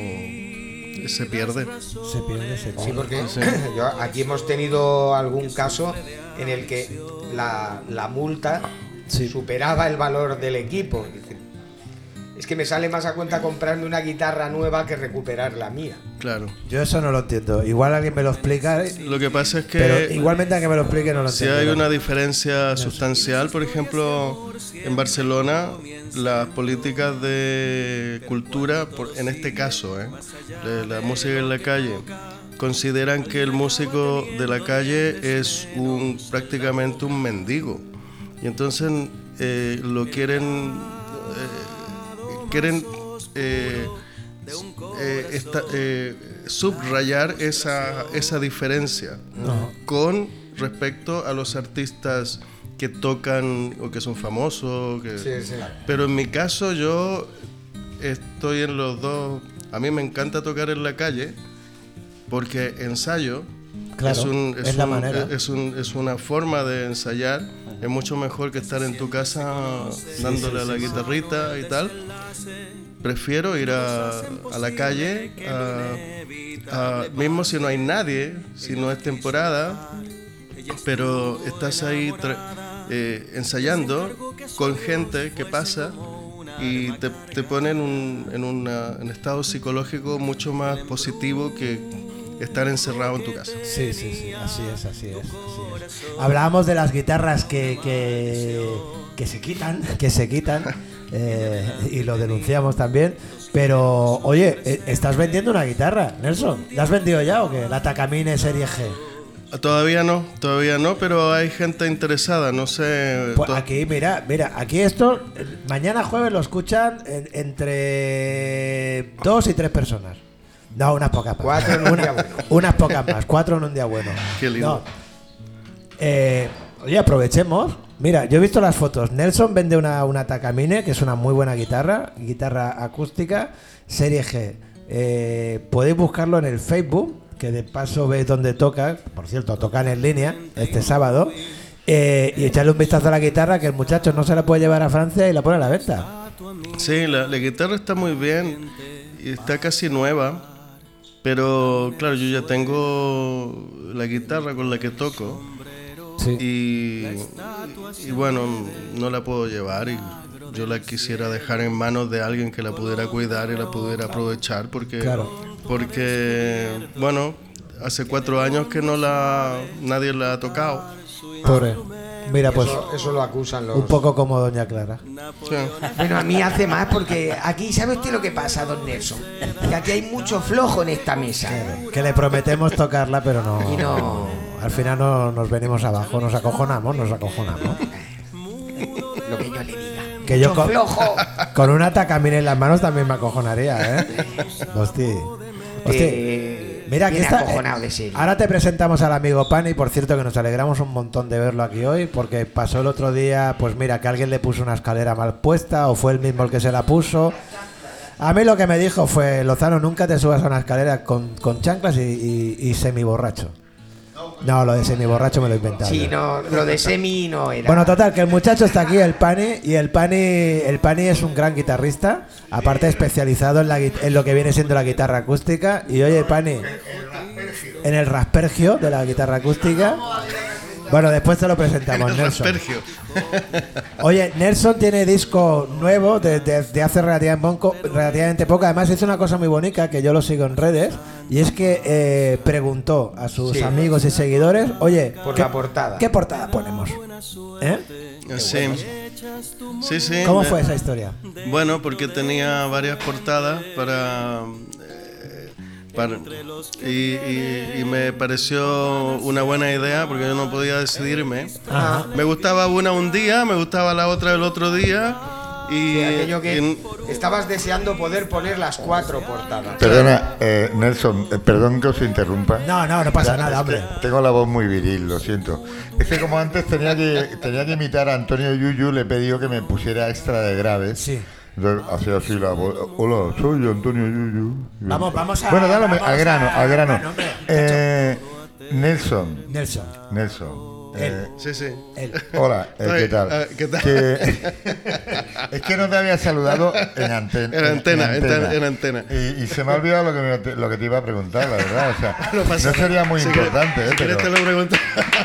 se pierde. Se pierde, se Sí, Oh, pierde. porque yo- aquí hemos tenido algún caso en el que la, la multa Sí. superaba el valor del equipo. Dice, Es que me sale más a cuenta comprarme una guitarra nueva que recuperar la mía. Claro. Yo eso no lo entiendo. Igual alguien me lo explica, Lo que pasa es que pero igualmente a que me lo explique no lo si entiendo. hay una diferencia sustancial, por ejemplo, en Barcelona, las políticas de cultura, por- en este caso, ¿eh? de la música en la calle, consideran que el músico de la calle es un prácticamente un mendigo. Y entonces eh, lo quieren... eh, quieren... eh, eh, esta- eh, subrayar esa, esa diferencia con respecto a los artistas que tocan o que son famosos. que- Sí, sí. Pero en mi caso yo estoy en los dos. A mí me encanta tocar en la calle porque ensayo. Claro, es la manera. es un- es una forma de ensayar. Es mucho mejor que estar en tu casa dándole a la guitarrita y tal prefiero ir a, a la calle, a- a- mismo si no hay nadie, si no es temporada, pero estás ahí tra- eh, ensayando con gente que pasa y te, te pone en un, en una- en estado psicológico mucho más positivo que estar encerrado en tu casa. Sí, sí, sí, así es, así es. así es. Hablábamos de las guitarras que, que, que se quitan, que se quitan, eh, y lo denunciamos también. Pero, oye, eh, estás vendiendo una guitarra, Nelson. ¿La has vendido ya o qué? La Takamine Serie G. Todavía no, todavía no, pero hay gente interesada, no sé... Pues to- aquí, mira, mira, aquí esto, eh, mañana jueves lo escuchan en- entre dos y tres personas. No, unas pocas más. Cuatro en un día bueno. Unas pocas más, cuatro en un día bueno. Qué lindo. No. Eh, oye, aprovechemos Mira, yo he visto las fotos. Nelson vende una, una Takamine, que es una muy buena guitarra, guitarra acústica, serie G. Eh, podéis buscarlo en el Facebook, que de paso veis dónde toca. Por cierto, tocan en línea este sábado. Eh, y echarle un vistazo a la guitarra, que el muchacho no se la puede llevar a Francia y la pone a la venta. Sí, la, la guitarra está muy bien, y está casi nueva, pero claro, yo ya tengo la guitarra con la que toco y, y bueno, no la puedo llevar y yo la quisiera dejar en manos de alguien que la pudiera cuidar y la pudiera aprovechar porque, Claro. porque bueno, hace cuatro años que no la nadie la ha tocado. Pobre. Mira, pues Eso, eso lo acusan los. un poco como Doña Clara. Sí. Bueno, a mí hace más porque aquí, ¿sabe usted lo que pasa, don Nelson? Que aquí hay mucho flojo en esta mesa. Que le prometemos tocarla, pero no. Y no. Al final no, nos venimos abajo, nos acojonamos, nos acojonamos. Lo que yo le diga. Que yo Mucho con, flojo. con una tacamina en las manos también me acojonaría, ¿eh? Hosti. Hosti. Eh, Mira, que viene está, acojonado de serio. ahora te presentamos al amigo Pani, por cierto que nos alegramos un montón de verlo aquí hoy, porque pasó el otro día, pues mira, que alguien le puso una escalera mal puesta, o fue el mismo el que se la puso. A mí lo que me dijo fue, Lozano, nunca te subas a una escalera con, con chanclas y, y, y semiborracho. No, lo de semiborracho me lo he inventado. Sí, yo. no, lo de semi no era. Bueno, total, que el muchacho está aquí, el Pani, y el Pani, el Pani es un gran guitarrista, aparte especializado en, la, gui- en lo que viene siendo la guitarra acústica. Y oye, Pani, en el raspergio de la guitarra acústica. Bueno, después te lo presentamos, Nelson. Aspergio. Oye, Nelson tiene disco nuevo desde hace relativamente poco, relativamente poco. Además, hizo una cosa muy bonita que yo lo sigo en redes. Y es que eh, preguntó a sus Sí. amigos y seguidores, oye, Por ¿qué, la portada. ¿qué portada ponemos? ¿Eh? Sí. Sí, sí. ¿Cómo me- fue esa historia? Bueno, porque tenía varias portadas para. eh, para- y, y- y me pareció una buena idea porque yo no podía decidirme. Me gustaba una un día, me gustaba la otra el otro día. Y, Aquello que y- estabas deseando poder poner las cuatro portadas. Perdona, eh, Nelson, eh, perdón que os interrumpa. No, no, no pasa nada, hombre. Tengo la voz muy viril, lo siento. Es que como antes tenía que, tenía que imitar a Antonio Yuyu, le he pedido que me pusiera extra de graves. Sí. Entonces, hacía así la voz. Hola, soy Antonio Yuyu. Vamos, vamos a- Bueno, dale hombre, vamos al grano, a- al grano. bueno, hombre, Eh, Nelson, Nelson. Nelson. eh, sí, sí. Él. Hola, eh, Ay, ¿qué tal? ah, ¿qué tal? Que- es que no te había saludado en, anten- En antena, en ta- en antena. Y, y se me ha olvidado lo que, me- lo que te iba a preguntar, la verdad. o sea, No no, pasa nada. sería muy Si quieres- importante, eh, si quieres pero- te lo pregunto.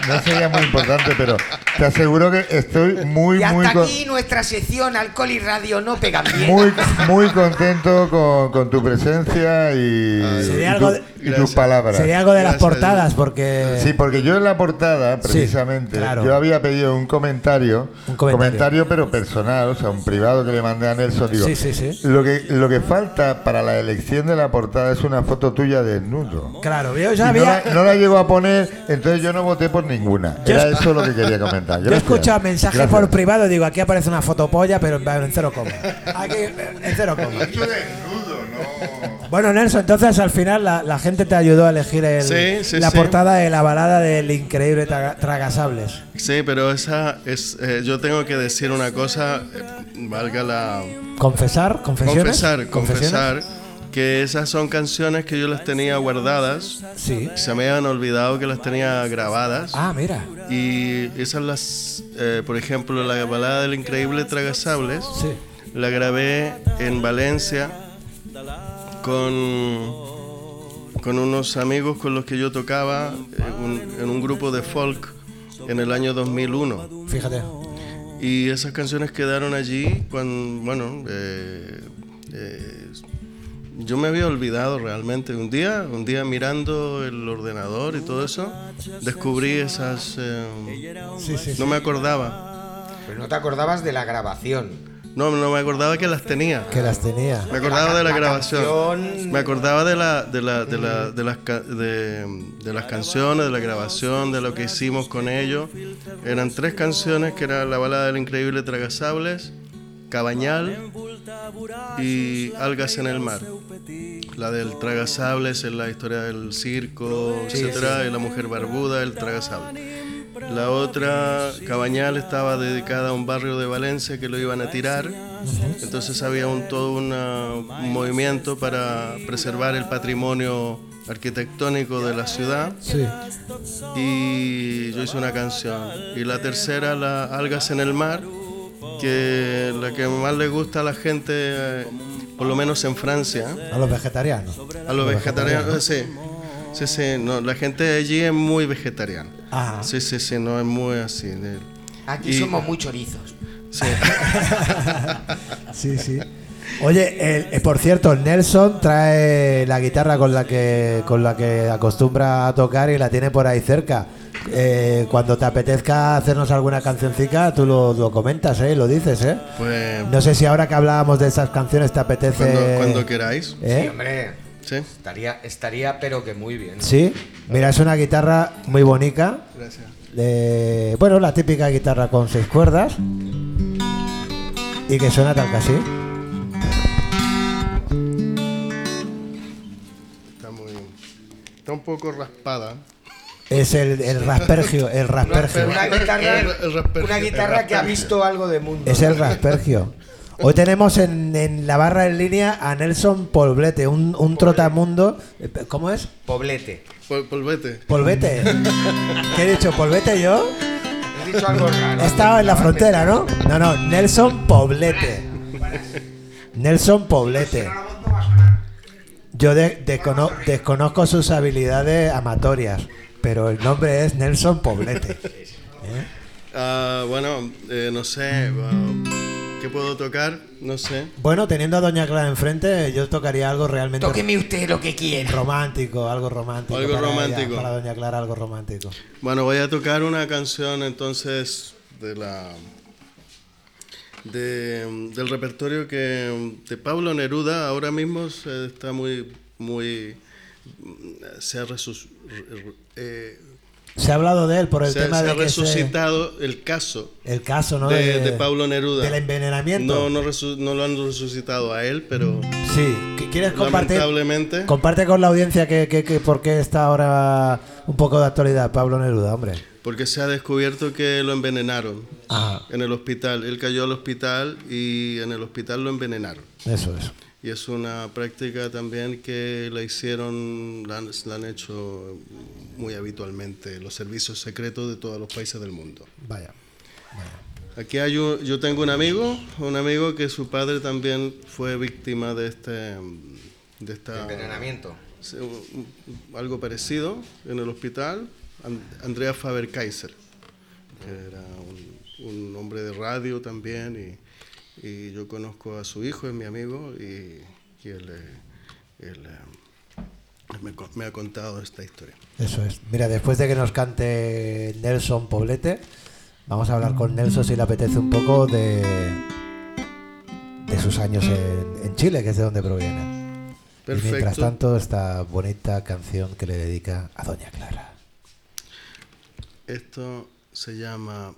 no sería muy importante, pero te aseguro que estoy muy, y muy, hasta con- aquí nuestra sección alcohol y radio no pegan bien. muy, muy contento con, con tu presencia y, Sería y tu- algo de- y tus palabras. Sería algo de las Gracias, portadas, porque. Sí, porque yo en la portada, Sí, precisamente, claro. yo había pedido un comentario, Un comentario. pero personal, o sea, un privado que le mandé a Nelson. Digo, Sí, sí, sí. Lo, que, lo que falta para la elección de la portada es una foto tuya desnudo. Claro, yo Y ya no, había. la, no la llego a poner, entonces yo no voté por ninguna. Yo Era es- eso lo que quería comentar. Yo he Gracias. escuchado mensajes Gracias. por privado, digo, aquí aparece una fotopolla, pero en- en cero coma. Aquí, eh, en cero coma. Bueno, Nelson, entonces al final la, la gente te ayudó a elegir el- Sí, sí, la sí. portada de la balada del increíble Traga- Tragasables. Sí, pero esa es. eh, yo tengo que decir una cosa, eh, valga la. ¿Confesar? ¿Confesiones? Confesar, ¿Confesiones? confesar que esas son canciones que yo las tenía guardadas. Sí. Se me habían olvidado que las tenía grabadas. Ah, mira. Y esas las, eh, por ejemplo, la balada del increíble Tragasables, Sí. la grabé en Valencia con, con unos amigos con los que yo tocaba en un, en un grupo de folk en el año 2001. Fíjate. Y esas canciones quedaron allí cuando, bueno, eh, eh, yo me había olvidado realmente. Un día, un día mirando el ordenador y todo eso, descubrí esas... eh, Sí, sí. no me acordaba. Pero no te acordabas de la grabación. No, no me acordaba que las tenía. Que las tenía. Me acordaba de la La grabación. canción. Me acordaba de, la, de, la, de, la- de las, ca- de, de las canciones, de la grabación, de lo que hicimos con ellos. Eran tres canciones que era la balada del increíble Tragasables, Cabañal y Algas en el mar. La del Tragasables es la historia del circo, etcétera, y la mujer barbuda, el Tragasable. La otra, Cabañal, estaba dedicada a un barrio de Valencia que lo iban a tirar. Entonces había un, todo una- un movimiento para preservar el patrimonio arquitectónico de la ciudad Sí. y yo hice una canción. Y la tercera, la Algas en el Mar, que la que más le gusta a la gente, eh, por lo menos en Francia, A los vegetarianos. a los vegetarianos, sí. Sí, sí, no, la gente allí es muy vegetariana. Ajá. Sí, sí, sí, no es muy así. de- Aquí Y- somos muy chorizos. sí. Sí, sí. Oye, el- eh, por cierto, Nelson trae la guitarra con la que con la que acostumbra a tocar y la tiene por ahí cerca. Eh, cuando te apetezca hacernos alguna cancioncica, tú lo, lo comentas, ¿eh? Lo dices, ¿eh? Pues No sé si ahora que hablábamos de esas canciones te apetece. cuando, cuando queráis. Sí, ¿eh? hombre. Sí. Estaría, estaría, pero que muy bien. Sí. Mira, es una guitarra muy bonita. Gracias. Eh, bueno, la típica guitarra con seis cuerdas. Y que suena tal que así. Está muy. Está un poco raspada. Es el, el raspergio, el raspergio. Una guitarra, El- el raspergio, una el guitarra que ha raspergio. visto algo de mundo. Es el Raspergio. Hoy tenemos en, en la barra en línea a Nelson Polvete, un, un trotamundo. eh, ¿Cómo es? Poblete. Pol- Polvete. Polvete. ¿Qué he dicho? ¿Polvete yo? He dicho algo raro. He estado en la frontera, ¿no? No, no, Nelson Poblete. Nelson Poblete. Yo de- descono- desconozco sus habilidades amatorias, pero el nombre es Nelson Poblete. Ah, bueno, eh, no sé. ah, ¿Qué puedo tocar? No sé. Bueno, teniendo a Doña Clara enfrente, yo tocaría algo realmente Tóqueme usted lo que quiera. Romántico, algo romántico. Algo para ella, romántico. para Doña Clara, algo romántico. Bueno, voy a tocar una canción entonces de la de- del repertorio que de Pablo Neruda ahora mismo se está muy muy se ha, resus- re- eh, Se ha hablado de él por el se ha- tema se de ha que se- resucitado el caso el caso, ¿no? de, de Pablo Neruda. Del envenenamiento. No, no, resu- no lo han resucitado a él, pero Sí. ¿Qu- ¿Quieres compartir? lamentablemente. Comparte con la audiencia que, que, que por qué está ahora un poco de actualidad Pablo Neruda, hombre. Porque se ha descubierto que lo envenenaron Ajá. en el hospital. Él cayó al hospital y en el hospital lo envenenaron. Eso es. Y es una práctica también que la hicieron, la han, la han hecho muy habitualmente los servicios secretos de todos los países del mundo. Vaya. Aquí hay un- yo tengo un amigo, un amigo que su padre también fue víctima de este de esta Envenenamiento. se- un- un- algo parecido en el hospital, An- Andrea Faber Kaiser, que era un, un hombre de radio también, y, y yo conozco a su hijo, es mi amigo, y, y él, eh, él, eh, me, co- me ha contado esta historia. Eso es. Mira, después de que nos cante Nelson Poblete, vamos a hablar con Nelson si le apetece un poco de, de sus años en, en Chile, que es de donde proviene. Y mientras Perfecto. tanto, esta bonita canción que le dedica a Doña Clara. Esto se llama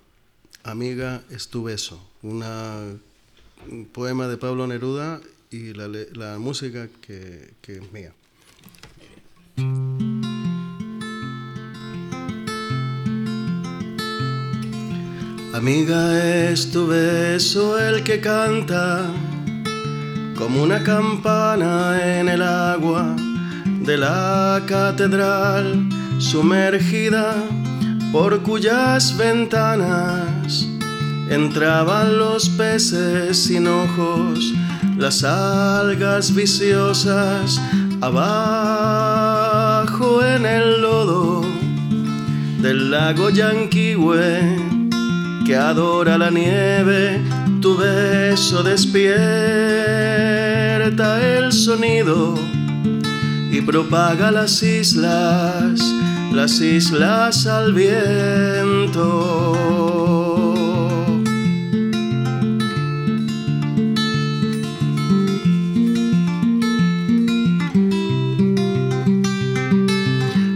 Amiga es tu beso, una, un poema de Pablo Neruda y la, le- la música que, que es mía. Amiga es tu beso el que canta como una campana en el agua de la catedral sumergida por cuyas ventanas entraban los peces sin ojos, las algas viciosas abajo en el lodo del lago Yanquihue que adora la nieve, tu beso despierta el sonido y propaga las islas, las islas al viento.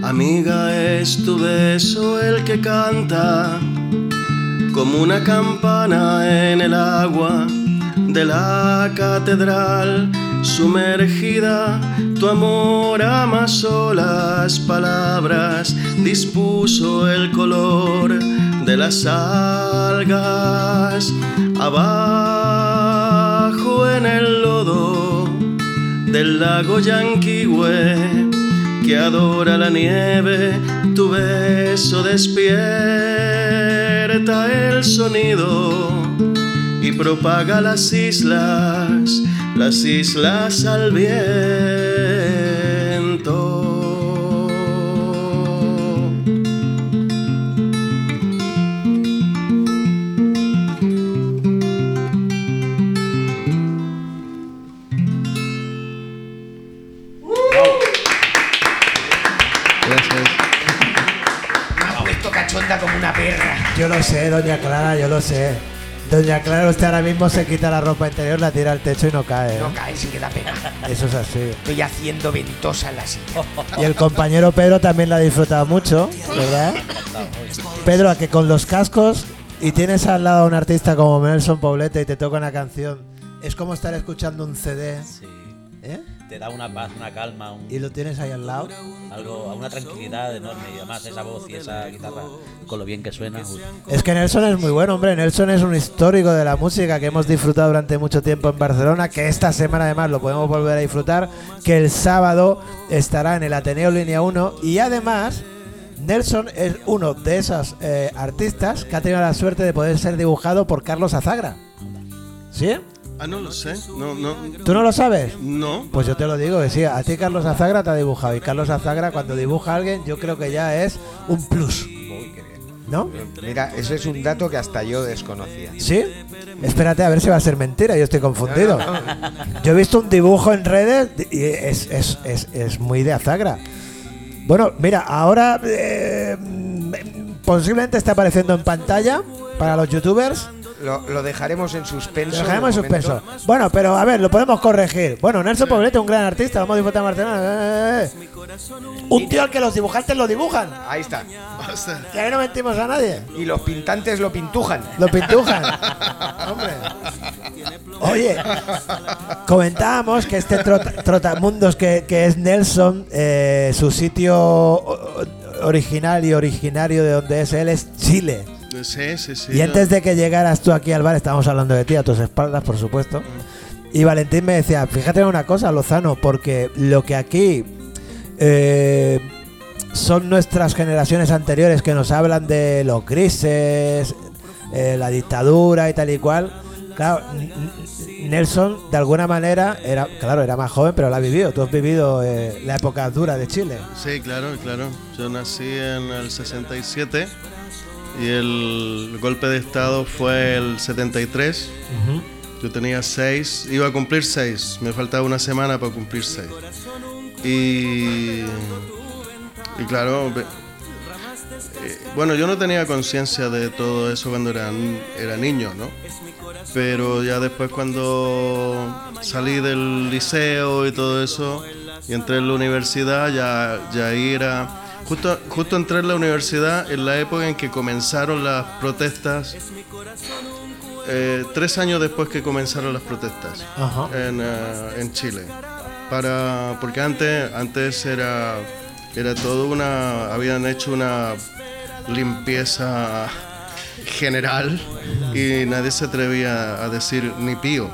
Amiga es tu beso el que canta como una campana en el agua de la catedral Sumergida, tu amor amasó las palabras, dispuso el color de las algas. Abajo en el lodo del lago Yanquihue, que adora la nieve, tu beso despierta el sonido y propaga las islas, las islas al viento. Gracias. Me ha puesto cachonda como una perra. Yo lo sé, doña Clara, yo lo sé. Doña Clara, usted ahora mismo se quita la ropa interior, la tira al techo y no cae. ¿eh? No cae, sí que da pena. Eso es así. Estoy haciendo ventosa en la silla. Y el compañero Pedro también la ha disfrutado mucho, ¿verdad? Pedro, a que con los cascos y tienes al lado a un artista como Nelson Poblete y te toca una canción, es como estar escuchando un CD, Sí. ¿eh? Te da una paz, una calma, un- Y lo tienes ahí al lado. algo, una tranquilidad enorme. Y además esa voz y esa guitarra, con lo bien que suena. uy. Es que Nelson es muy bueno, hombre. Nelson es un histórico de la música que hemos disfrutado durante mucho tiempo en Barcelona, que esta semana además lo podemos volver a disfrutar, que el sábado estará en el Ateneo Línea 1 y además Nelson es uno de esos eh, artistas que ha tenido la suerte de poder ser dibujado por Carlos Azagra. ¿Sí? Ah, no lo sé. No, no. ¿Eh? ¿Tú no lo sabes? No. Pues yo te lo digo, que sí, a ti Carlos Azagra te ha dibujado y Carlos Azagra cuando dibuja a alguien yo creo que ya es un plus, ¿no? Mira, eso es un dato que hasta yo desconocía. ¿Sí? Espérate, a ver si va a ser mentira, yo estoy confundido. Yo he visto un dibujo en redes y es, es- es- es muy de Azagra. Bueno, mira, ahora eh, posiblemente está apareciendo en pantalla para los youtubers. Lo, lo dejaremos en suspenso. Lo dejaremos en de momento. suspenso. Bueno, pero a ver, lo podemos corregir. Bueno, Nelson Poblete, un gran artista, vamos a disfrutar Barcelona. Eh, eh, eh. Un tío al que los dibujantes lo dibujan. Ahí está. Basta. Que ahí no mentimos a nadie. Y los pintantes lo pintujan. Lo pintujan. Hombre. Oye, comentábamos que este trota- Trotamundos que, que es Nelson, eh, su sitio o- o- original y originario de donde es él es Chile. Sí, sí, sí. Y antes de que llegaras tú aquí al bar, estábamos hablando de ti, a tus espaldas, por Mm. supuesto. Y Valentín me decía, fíjate en una cosa, Lozano, porque lo que aquí eh, son nuestras generaciones anteriores que nos hablan de los grises, eh, la dictadura y tal y cual. Claro, N- N- Nelson de alguna manera era, claro, era más joven, pero la ha vivido. Tú has vivido eh, la época dura de Chile. Sí, claro, claro. Yo nací en el 67 y el golpe de Estado fue el 73. Yo tenía 6, iba a cumplir 6, me faltaba una semana para cumplir 6. Y, y claro, ve- eh, bueno, yo no tenía conciencia de todo eso cuando era, ni- era niño, ¿no? Pero ya después cuando salí del liceo y todo eso, y entré en la universidad, ya, ya ahí era... Justo, justo entré en la universidad en la época en que comenzaron las protestas, eh, tres años después que comenzaron las protestas Ajá. en, eh, en Chile. Para, porque antes, antes era, era todo una. Habían hecho una limpieza general y nadie se atrevía a decir ni pío.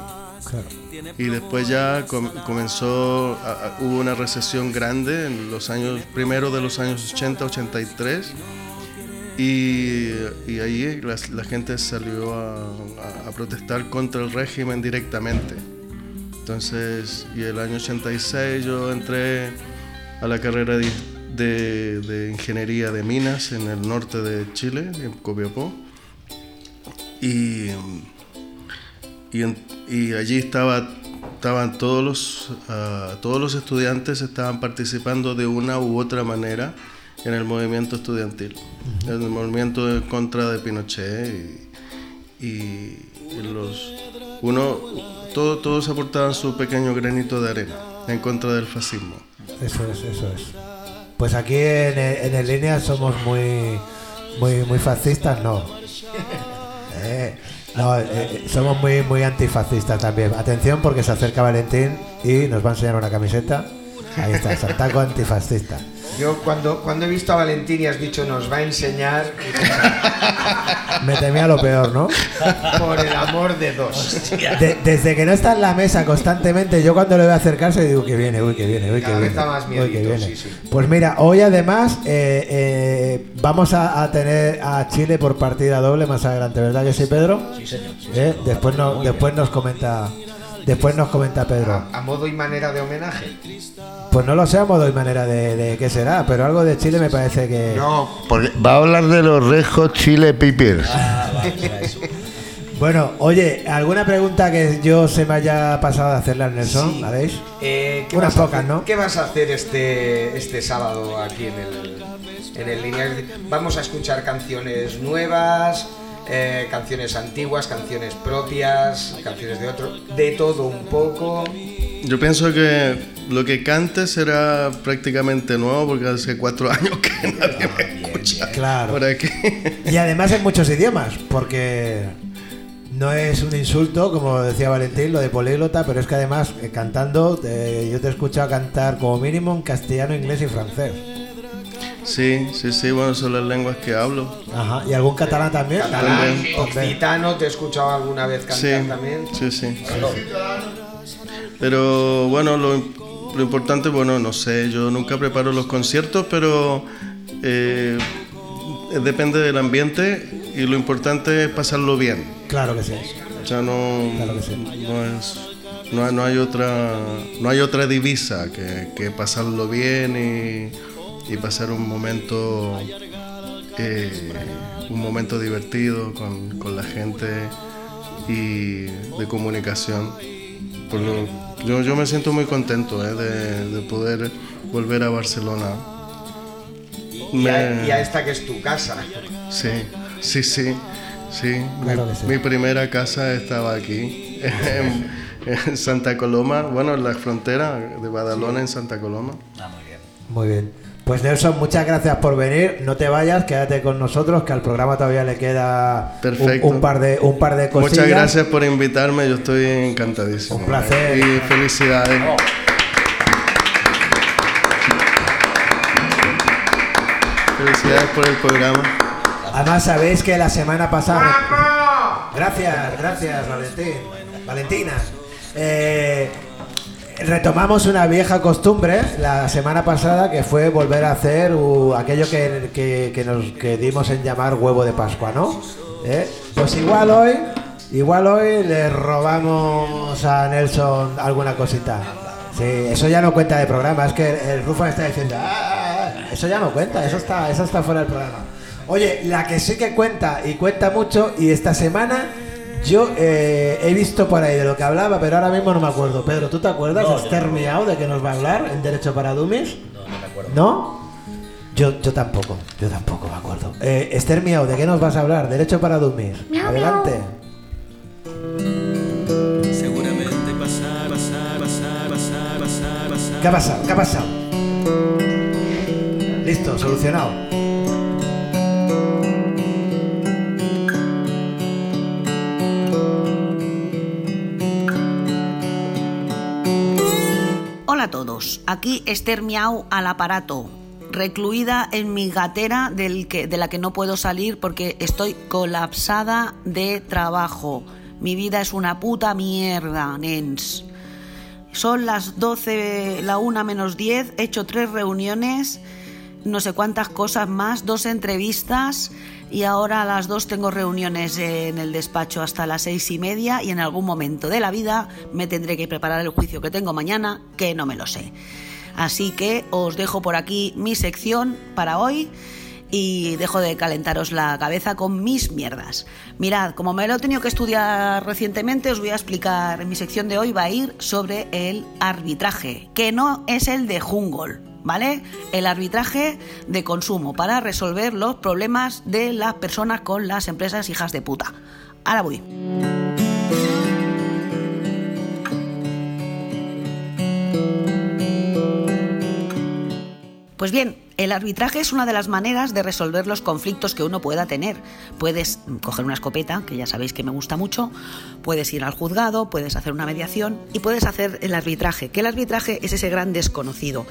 Y después ya com- comenzó, a- a- hubo una recesión grande en los años, primero de los años 80, 83. Y, y ahí la, la gente salió a, a- a protestar contra el régimen directamente. Entonces, y el año 86 yo entré a la carrera de, de- de ingeniería de minas en el norte de Chile, en Copiapó. Y, y, en- y allí estaba, estaban todos los, ah, todos los estudiantes estaban participando de una u otra manera en el movimiento estudiantil, en el movimiento en contra de Pinochet y- y los uno todo- todos aportaban su pequeño granito de arena en contra del fascismo. Eso es, eso es. Pues aquí en, en el línea somos muy, muy, muy fascistas, no. Eh, no, eh, eh, somos muy, muy antifascistas también. Atención porque se acerca Valentín y nos va a enseñar una camiseta. Ahí está, Santaco antifascista. Yo cuando, cuando he visto a Valentín y has dicho nos va a enseñar, Me temía lo peor, ¿no? por el amor de dos. De- desde que no está en la mesa constantemente, yo cuando le veo acercarse digo que viene, eh, uy, que viene, uy, que Cada vez viene. da más uy, miedito, que viene". sí, sí. Pues mira, hoy además eh, eh, vamos a, a tener a Chile por partida doble más adelante, ¿verdad que sí, Pedro? Sí, señor. Eh, Después, nos, después nos comenta. Después nos comenta Pedro. A modo y manera de homenaje. Pues no lo sé a modo y manera de, de qué será, pero algo de Chile me parece que. No, Porque va a hablar de los rejos Chile Peppers. Bueno, oye, ¿alguna pregunta que yo se me haya pasado de hacerle al Nelson? Sí. ¿Sabéis? eh, ¿qué Unas vas a pocas, hacer- ¿no? ¿Qué vas a hacer este, este sábado aquí en el, en el Lineal? Vamos a escuchar canciones nuevas, eh, canciones antiguas, canciones propias, canciones de otro, de todo un poco. Yo pienso que lo que cante será prácticamente nuevo porque hace cuatro años que nadie me escucha. Claro. Por aquí. Y además en muchos idiomas, porque no es un insulto, como decía Valentín, lo de políglota, pero es que además eh, cantando, eh, yo te he escuchado cantar como mínimo en castellano, inglés y francés. Sí, sí, sí, bueno, son las lenguas que hablo. Ajá. Ah, ¿Y algún catalán también? Catalán, También. occitano, te he escuchado alguna vez Sí, cantar también. sí, sí. Pero bueno, lo, lo importante, bueno, no sé, yo nunca preparo los conciertos, pero eh, depende del ambiente y lo importante es pasarlo bien. Claro que sí. O sea, no, Claro que sí. no es... No, hay- no hay otra no hay otra divisa que, que pasarlo bien y, y pasar un momento eh, un momento divertido con, con la gente y de comunicación Por lo- yo, yo me siento muy contento eh, de, de poder volver a Barcelona Y a, Me- y a esta que es tu casa. Sí, sí, sí, sí. Claro mi, que sí. mi primera casa estaba aquí, en, en Santa Coloma, bueno, en la frontera de Badalona en Santa Coloma. Muy bien. Pues Nelson, muchas gracias por venir. No te vayas, quédate con nosotros, que al programa todavía le queda un- Perfecto. Un, par de un par de cosillas. Muchas gracias por invitarme, yo estoy encantadísimo. Un placer. Y felicidades. Felicidades por el programa. Además sabéis que la semana pasada. Gracias, gracias Valentín, Valentina. Eh, retomamos una vieja costumbre la semana pasada que fue volver a hacer uh, aquello que, que- que nos que dimos en llamar huevo de Pascua, ¿no? ¿Eh? Pues igual hoy, igual hoy le robamos a Nelson alguna cosita. Sí, eso ya no cuenta de programa, es que el Rufo me está diciendo, "Ah, ah, ah". eso ya no cuenta, eso está, eso está fuera del programa. Oye, la que sí que cuenta y cuenta mucho y esta semana yo eh, he visto por ahí de lo que hablaba, pero ahora mismo no me acuerdo. Pedro, ¿tú te acuerdas? ¿Esther Miau de que nos va a hablar en Derecho para Dummies? No, no me acuerdo. ¿No? Yo, yo tampoco, yo tampoco me acuerdo. Eh, Esther Miau, ¿de qué nos vas a hablar? Derecho para Dummies. Miau, Adelante. miau. Seguramente pasar, pasar, pasar, pasar, pasar, pasar. ¿Qué ha pasado? ¿Qué ha pasado? Listo, solucionado. Hola a todos, aquí Esther Miau al aparato, recluida en mi gatera del que, de la que no puedo salir porque estoy colapsada de trabajo. Mi vida es una puta mierda, nens. Son las 12, la 1 menos 10, he hecho tres reuniones, no sé cuántas cosas más, dos entrevistas y ahora a las 2 tengo reuniones en el despacho hasta las seis y media y en algún momento de la vida me tendré que preparar el juicio que tengo mañana, que no me lo sé. Así que os dejo por aquí mi sección para hoy y dejo de calentaros la cabeza con mis mierdas. Mirad, como me lo he tenido que estudiar recientemente, os voy a explicar. Mi sección de hoy va a ir sobre el arbitraje, que no es el de Jungle, ¿vale? El arbitraje de consumo para resolver los problemas de las personas con las empresas hijas de puta. Ahora voy. Pues bien, el arbitraje es una de las maneras de resolver los conflictos que uno pueda tener. Puedes mm, coger una escopeta, que ya sabéis que me gusta mucho, puedes ir al juzgado, puedes hacer una mediación y puedes hacer el arbitraje, que el arbitraje es ese gran desconocido.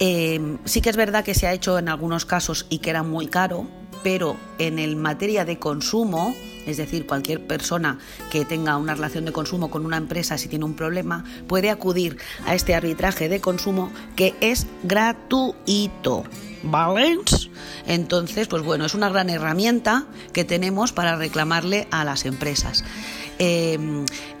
Eh, sí que es verdad que se ha hecho en algunos casos y que era muy caro, pero en el materia de consumo, es decir, cualquier persona que tenga una relación de consumo con una empresa si tiene un problema, puede acudir a este arbitraje de consumo que es gratuito. ¿Vale? Entonces, pues bueno, es una gran herramienta que tenemos para reclamarle a las empresas. Eh,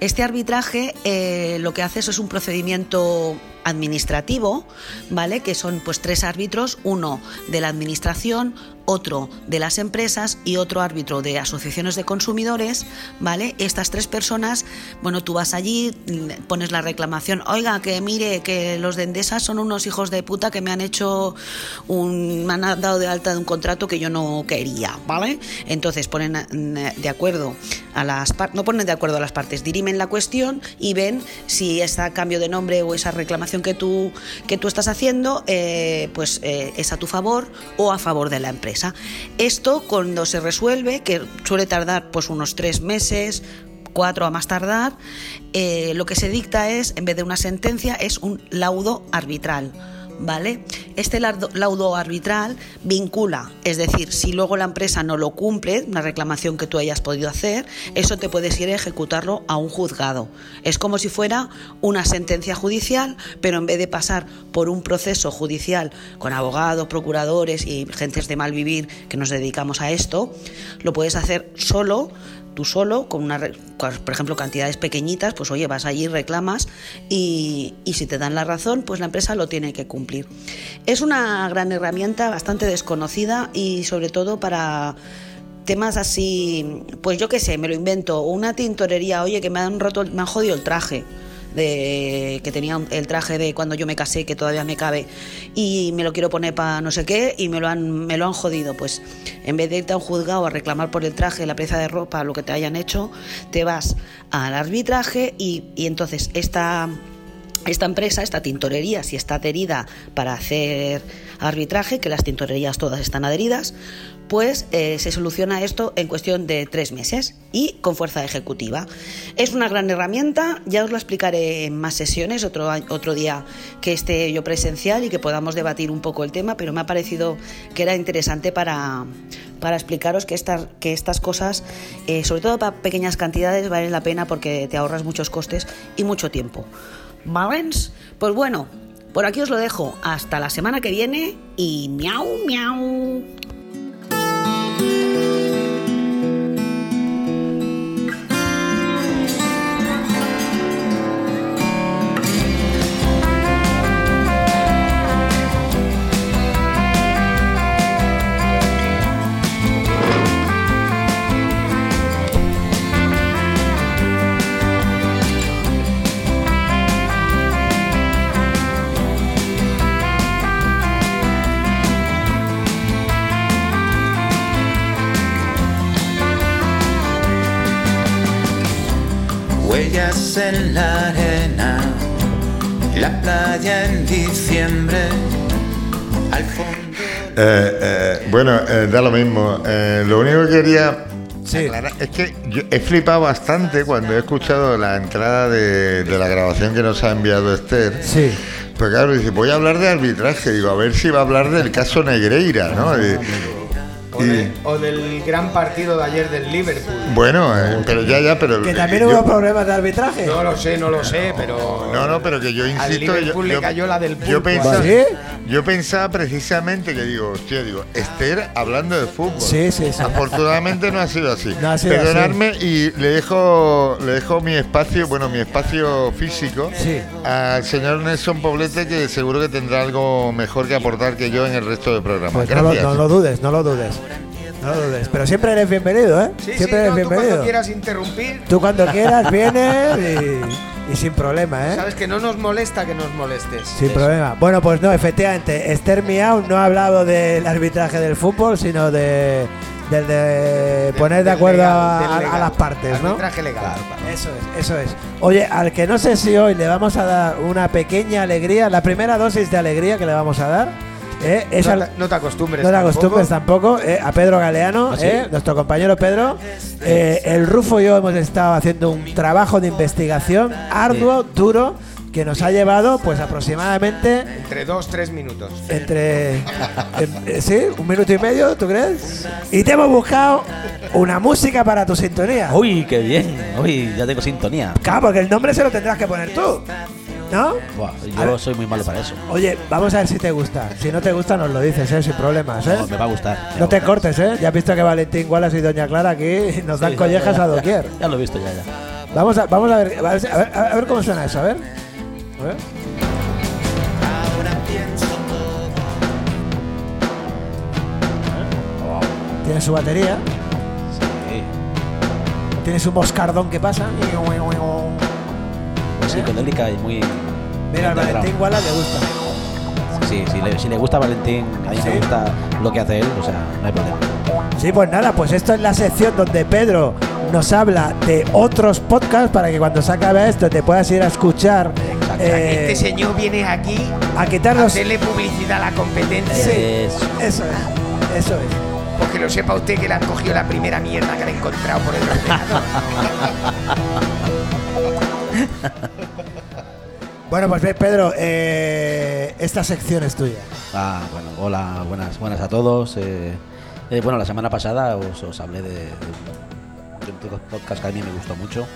este arbitraje eh, lo que hace eso es un procedimiento administrativo, ¿vale? Que son pues tres árbitros, uno de la administración, otro de las empresas y otro árbitro de asociaciones de consumidores, ¿vale? Estas tres personas, bueno, tú vas allí, mm, pones la reclamación, oiga, que mire, que los de Endesa son unos hijos de puta que me han hecho un, me han dado de alta de un contrato que yo no quería, ¿vale? Entonces ponen eh, de acuerdo a las partes, no ponen de acuerdo a las partes, dirimen la cuestión y ven si ese cambio de nombre o esa reclamación que tú, que tú estás haciendo eh, pues eh, es a tu favor o a favor de la empresa. Esto cuando se resuelve, que suele tardar pues unos tres meses, cuatro a más tardar, eh, lo que se dicta es, en vez de una sentencia, es un laudo arbitral. ¿Vale? Este laudo arbitral vincula, es decir, si luego la empresa no lo cumple, una reclamación que tú hayas podido hacer, eso te puedes ir a ejecutarlo a un juzgado. Es como si fuera una sentencia judicial, pero en vez de pasar por un proceso judicial con abogados, procuradores y gentes de mal vivir que nos dedicamos a esto, lo puedes hacer solo tú solo, con una, por ejemplo, cantidades pequeñitas, pues oye, vas allí, reclamas y, y, si te dan la razón, pues la empresa lo tiene que cumplir. Es una gran herramienta bastante desconocida y sobre todo para temas así, pues yo qué sé, me lo invento, una tintorería, oye, que me han roto, me han jodido el traje. De, que tenía el traje de cuando yo me casé, que todavía me cabe, y me lo quiero poner para no sé qué, y me lo, han, me lo han jodido. Pues en vez de irte a un juzgado a reclamar por el traje, la presa de ropa, lo que te hayan hecho, te vas al arbitraje y, y entonces esta, esta empresa, esta tintorería, si está adherida para hacer arbitraje, que las tintorerías todas están adheridas, pues eh, se soluciona esto en cuestión de tres meses y con fuerza ejecutiva. Es una gran herramienta, ya os lo explicaré en más sesiones, otro, otro día que esté yo presencial y que podamos debatir un poco el tema, pero me ha parecido que era interesante para, para explicaros que, estas, que estas cosas, eh, sobre todo para pequeñas cantidades, valen la pena porque te ahorras muchos costes y mucho tiempo. ¿Valens? Pues bueno, por aquí os lo dejo. Hasta la semana que viene y miau, miau. en la arena, la playa en diciembre, al fondo... Eh, eh, bueno, eh, da lo mismo. Eh, lo único que quería aclarar es que yo he flipado bastante cuando he escuchado la entrada de, de la grabación que nos ha enviado Esther. Sí. Pues claro, dice, voy a hablar de arbitraje. Digo, a ver si va a hablar del caso Negreira, ¿no? Y, o, de, o, del gran partido de ayer del Liverpool. Bueno, eh, pero ya, ya, pero. Que también hubo yo, problemas de arbitraje. No lo sé, no lo sé, pero. No, no, pero que yo insisto. Al Liverpool yo, le cayó yo, la del pulpo, yo pensaba, ¿Sí? yo pensaba precisamente que digo, hostia, digo, Esther hablando de fútbol. Sí, sí, sí. Afortunadamente no ha sido así. No ha sido Perdonarme así. y le dejo, le dejo mi espacio, bueno, mi espacio físico sí. al señor Nelson Poblete, que seguro que tendrá algo mejor que aportar que yo en el resto del programa. Pues Gracias. No, lo, no lo dudes, no lo dudes. No dudes. Pero siempre eres bienvenido, ¿eh? Sí, siempre sí, eres no, bienvenido. Tú cuando quieras interrumpir. Tú cuando quieras vienes y, y, sin problema, ¿eh? Sabes que no nos molesta que nos molestes. Sin Eso. problema. Bueno, pues no, efectivamente, Esther Miau no ha hablado del arbitraje del fútbol, sino de del de, de poner de acuerdo legal, a, legal, a, las partes, ¿no? Arbitraje legal. Claro, eso es, eso es. Oye, al que no sé si hoy le vamos a dar una pequeña alegría, la primera dosis de alegría que le vamos a dar eh, es no, al- te, no te acostumbres. No te tampoco. acostumbres tampoco eh, a Pedro Galeano, ¿Ah, sí? eh, nuestro compañero Pedro. Eh, el Rufo y yo hemos estado haciendo un trabajo de investigación arduo, duro, que nos ha llevado pues aproximadamente Entre dos, tres minutos. Eh, entre... em, eh, ¿Sí? ¿Un minuto y medio, tú crees? Y te hemos buscado una música para tu sintonía. Uy, qué bien. Uy, ya tengo sintonía. Claro, porque el nombre se lo tendrás que poner tú. ¿No? Buah, A yo ver. soy muy malo para eso. Oye, vamos a ver si te gusta. Si no te gusta, nos lo dices, ¿eh? sin problemas. ¿eh? No, me va a gustar. me va a No te gustar. cortes, ¿eh? Ya has visto que Valentín Wallace y Doña Clara aquí nos dan Sí, collejas ya, a ya, doquier. Ya lo he visto, ya, ya. Vamos a, vamos a ver, a ver, a ver- a ver cómo suena eso, a ver. A ver. Tiene su batería, tiene su moscardón que pasa. Muy psicodélica y muy. Mira, al underground. Valentín Wallace le gusta. Sí, sí, le- si le gusta a Valentín, a mí me gusta lo que hace él, o sea, no hay problema. Sí, pues nada, pues esto es la sección donde Pedro nos habla de otros podcasts para que cuando se acabe esto te puedas ir a escuchar. eh, este señor viene aquí a a quitarnos. hacerle publicidad a la competencia. Eso. Eso es, eso es. Porque lo sepa usted que le han cogido la primera mierda que le he encontrado por el ordenador. Bueno, pues ve, Pedro, eh, esta sección es tuya. Ah, bueno, hola, buenas, buenas a todos. eh, eh, bueno, la semana pasada os, os hablé de, de un- de un podcast que a mí me gustó mucho.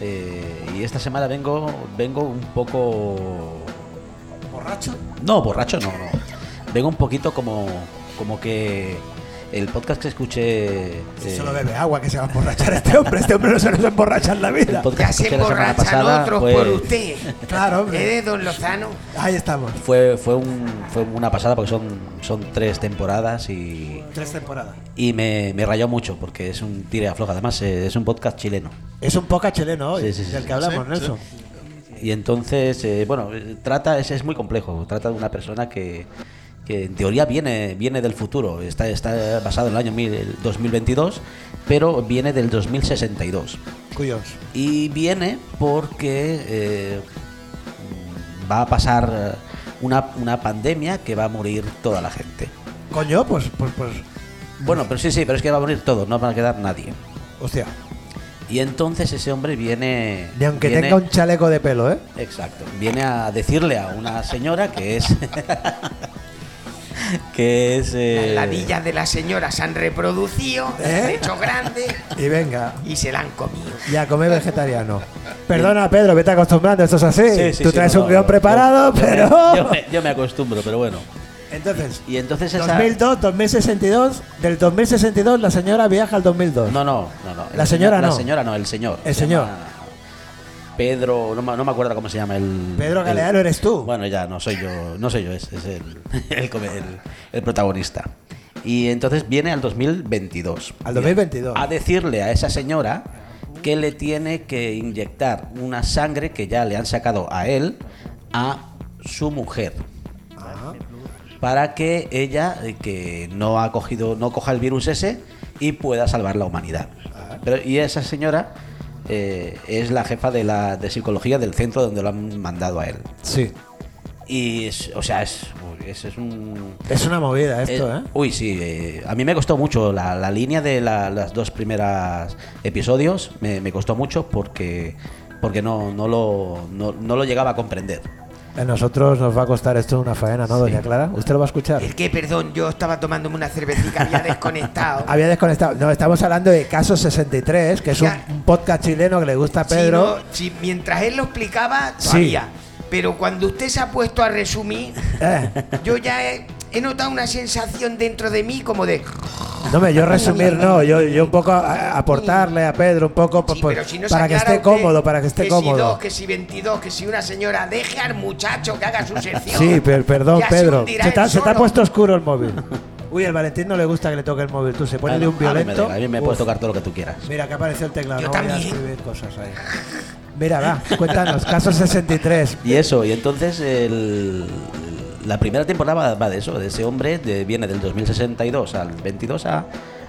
eh, y esta semana vengo, vengo un poco. ¿Borracho? No, borracho no, no. Vengo un poquito como, como que el podcast que escuché. eh, Solo bebe agua que se va a emborrachar este hombre. Este hombre no se nos emborracha en la el vida. podcast ya se que escuché la semana emborrachan pasada. otros fue- por usted. Claro, hombre. ¿Eres don Lozano? Ahí estamos. fue, fue, un- fue una pasada porque son, son tres temporadas y, Tres temporadas. y me, me rayó mucho porque es un tire afloja. Además, eh, es un podcast chileno. Es un poco chileno hoy, Sí, sí, sí. del que hablamos, Sí, Nelson. Y entonces, eh, bueno, eh, trata, es, es muy complejo. Trata de una persona que, que en teoría viene, viene del futuro. Está, está basado en el año mil- el 2022, pero viene del 2062. Cuyos. Y viene porque eh, va a pasar eh, una, una pandemia que va a morir toda la gente. Coño, pues, pues, pues. Bueno, pero sí, sí, pero es que va a morir todo, no va a quedar nadie. Hostia. Y entonces ese hombre viene... Ni aunque viene- tenga un chaleco de pelo, ¿eh? Exacto. Viene a decirle a una señora que es. que es. eh, Las ladillas de las señoras se han reproducido, ¿Eh? se han hecho grandes Y venga. y se la han comido. Ya, comer vegetariano. Perdona, Pedro, vete acostumbrando, esto es así. sí, sí, Tú sí, traes no, un no, guión yo- preparado, yo me- pero. Yo me, yo me acostumbro, pero bueno. Entonces, Y entonces esa. 2002, 2062. Del 2062, la señora viaja al 2002. No, no, no, no. El La señor- señora no. La señora no, el señor. El Se señor. llama Pedro, no, me- no me acuerdo cómo se llama el. Pedro el- Galeano eres tú. Bueno, ya no soy yo, no soy yo, es, es el, el, come- el- el protagonista. Y entonces viene al 2022. Al 2022. A decirle a esa señora que le tiene que inyectar una sangre que ya le han sacado a él, a su mujer. Ah. Para que ella, eh, que no ha cogido, no coja el virus ese y pueda salvar la humanidad. Ah. Pero, y esa señora eh, es la jefa de la de psicología del centro donde lo han mandado a él. Sí. Y, es- o sea, es, uy, es, es un... Es una movida esto, eh, ¿eh? Uy, sí. eh, a mí me costó mucho la, la línea de la- las dos primeras episodios. Me, me costó mucho porque, porque no, no, lo, no, no lo llegaba a comprender. A nosotros nos va a costar esto una faena, ¿no, doña Clara? ¿Usted lo va a escuchar? El que, perdón, yo estaba tomándome una cervecita, había desconectado. Había desconectado. No, estamos hablando de Caso 63, que es un, Ya. un podcast chileno que le gusta a Pedro. Sí, no, sí, mientras él lo explicaba, Sí. todavía. Pero cuando usted se ha puesto a resumir, Eh, yo ya he, he notado una sensación dentro de mí como de. no, me, yo resumir no, yo, yo un poco a- a- aportarle a Pedro un poco pues, Sí, pues, pero si no se para que aclara esté usted cómodo, para que esté Si dos, cómodo. que si 22, que si una señora, deje al muchacho que haga su sección. Sí, per- perdón, Ya se Pedro. hundirá Se te, ha- él se te ha solo. puesto oscuro el móvil. Uy, el Valentín no le gusta que le toque el móvil. Tú se pone Ah, de no, un a mí me violento. da igual, A mí me Uf. puedes tocar todo lo que tú quieras. Mira, que apareció el teclado. Yo no voy a también. escribir cosas ahí. Mira, va, cuéntanos. Caso 63. Y eso, y entonces el- la primera temporada va, va de eso, de ese hombre, de- viene del 2062 al 22 a,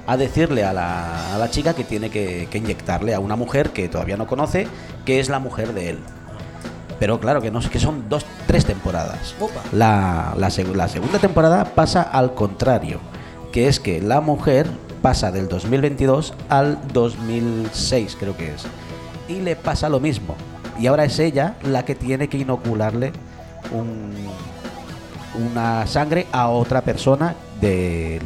a decirle a la, a la chica que tiene que, que inyectarle a una mujer que todavía no conoce, que es la mujer de él. pero claro que no, que son dos, tres temporadas. La, la seg- la segunda temporada pasa al contrario, que es que la mujer pasa del 2022 al 2006, creo que es. Y le pasa lo mismo. Y ahora es ella la que tiene que inocularle un- una sangre a otra persona del,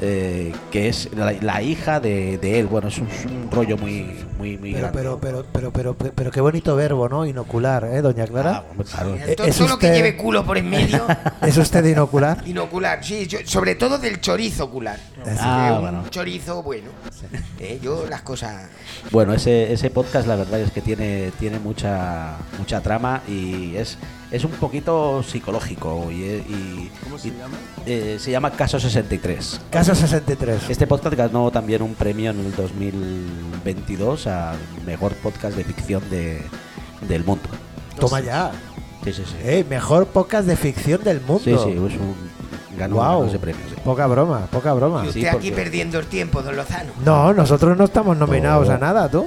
eh, que es la, la hija de, de él. Bueno, es un, es un rollo muy, muy, muy Pero, grande. pero, pero, pero, pero, pero, pero qué bonito verbo, ¿no? Inocular, ¿eh, doña Clara? claro. Eh, Todo, todo lo que lleve culo por en medio, ¿Es usted de inocular? inocular, sí, yo- sobre todo del chorizo ocular. Ah, Eh, un bueno. chorizo bueno. Eh, yo las cosas. Bueno, ese, ese podcast la verdad es que tiene, tiene mucha, mucha trama y es, es un poquito psicológico. Y, ¿Cómo se llama? se llama Caso 63. Caso 63. Este podcast ganó también un premio en el 2022 al mejor podcast de ficción de, del mundo. Toma ya. Sí, sí, sí. Eh, mejor podcast de ficción del mundo. Sí, sí, es un, ganó Guau. ese premio. sí. Poca broma, poca broma. Y usted Ah, Sí, aquí porque- perdiendo el tiempo, don Lozano. No, nosotros no estamos nominados No. a nada, tú.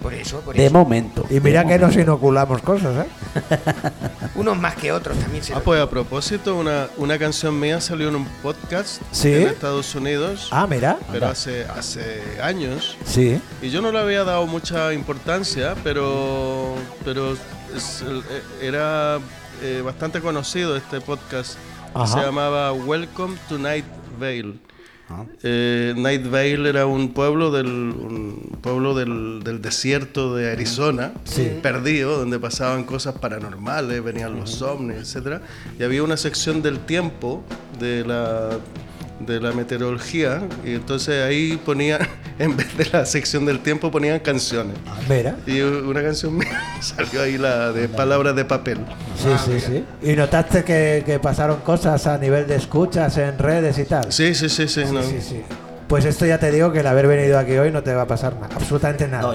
Por eso, por De eso. momento. Y mira de que nos momento. inoculamos cosas, ¿eh? Unos más que otros también se Ah, lo- pues a propósito, una, una canción mía salió en un podcast ¿Sí? en Estados Unidos, Ah, mira. pero hace, hace años. Sí. Y yo no le había dado mucha importancia, pero, pero es- eh, era eh, bastante conocido este podcast. Ajá. Se llamaba Welcome to Night Vale. Ah. Eh, Night Vale era un pueblo del, un pueblo del, del desierto de Arizona, perdido, donde pasaban cosas paranormales, venían los ovnis, etc. Y había una sección del tiempo de la, de la meteorología, y entonces ahí ponían, en vez de la sección del tiempo, ponían canciones. Mira. Y una canción mía salió ahí, la de Palabras de Papel. Ah, Sí, Ah, sí, sí. ¿Y notaste que, que pasaron cosas a nivel de escuchas en redes y tal? Sí, sí, sí, sí. no. sí, sí. Pues esto ya te digo que el haber venido aquí hoy no te va a pasar nada, absolutamente nada. No,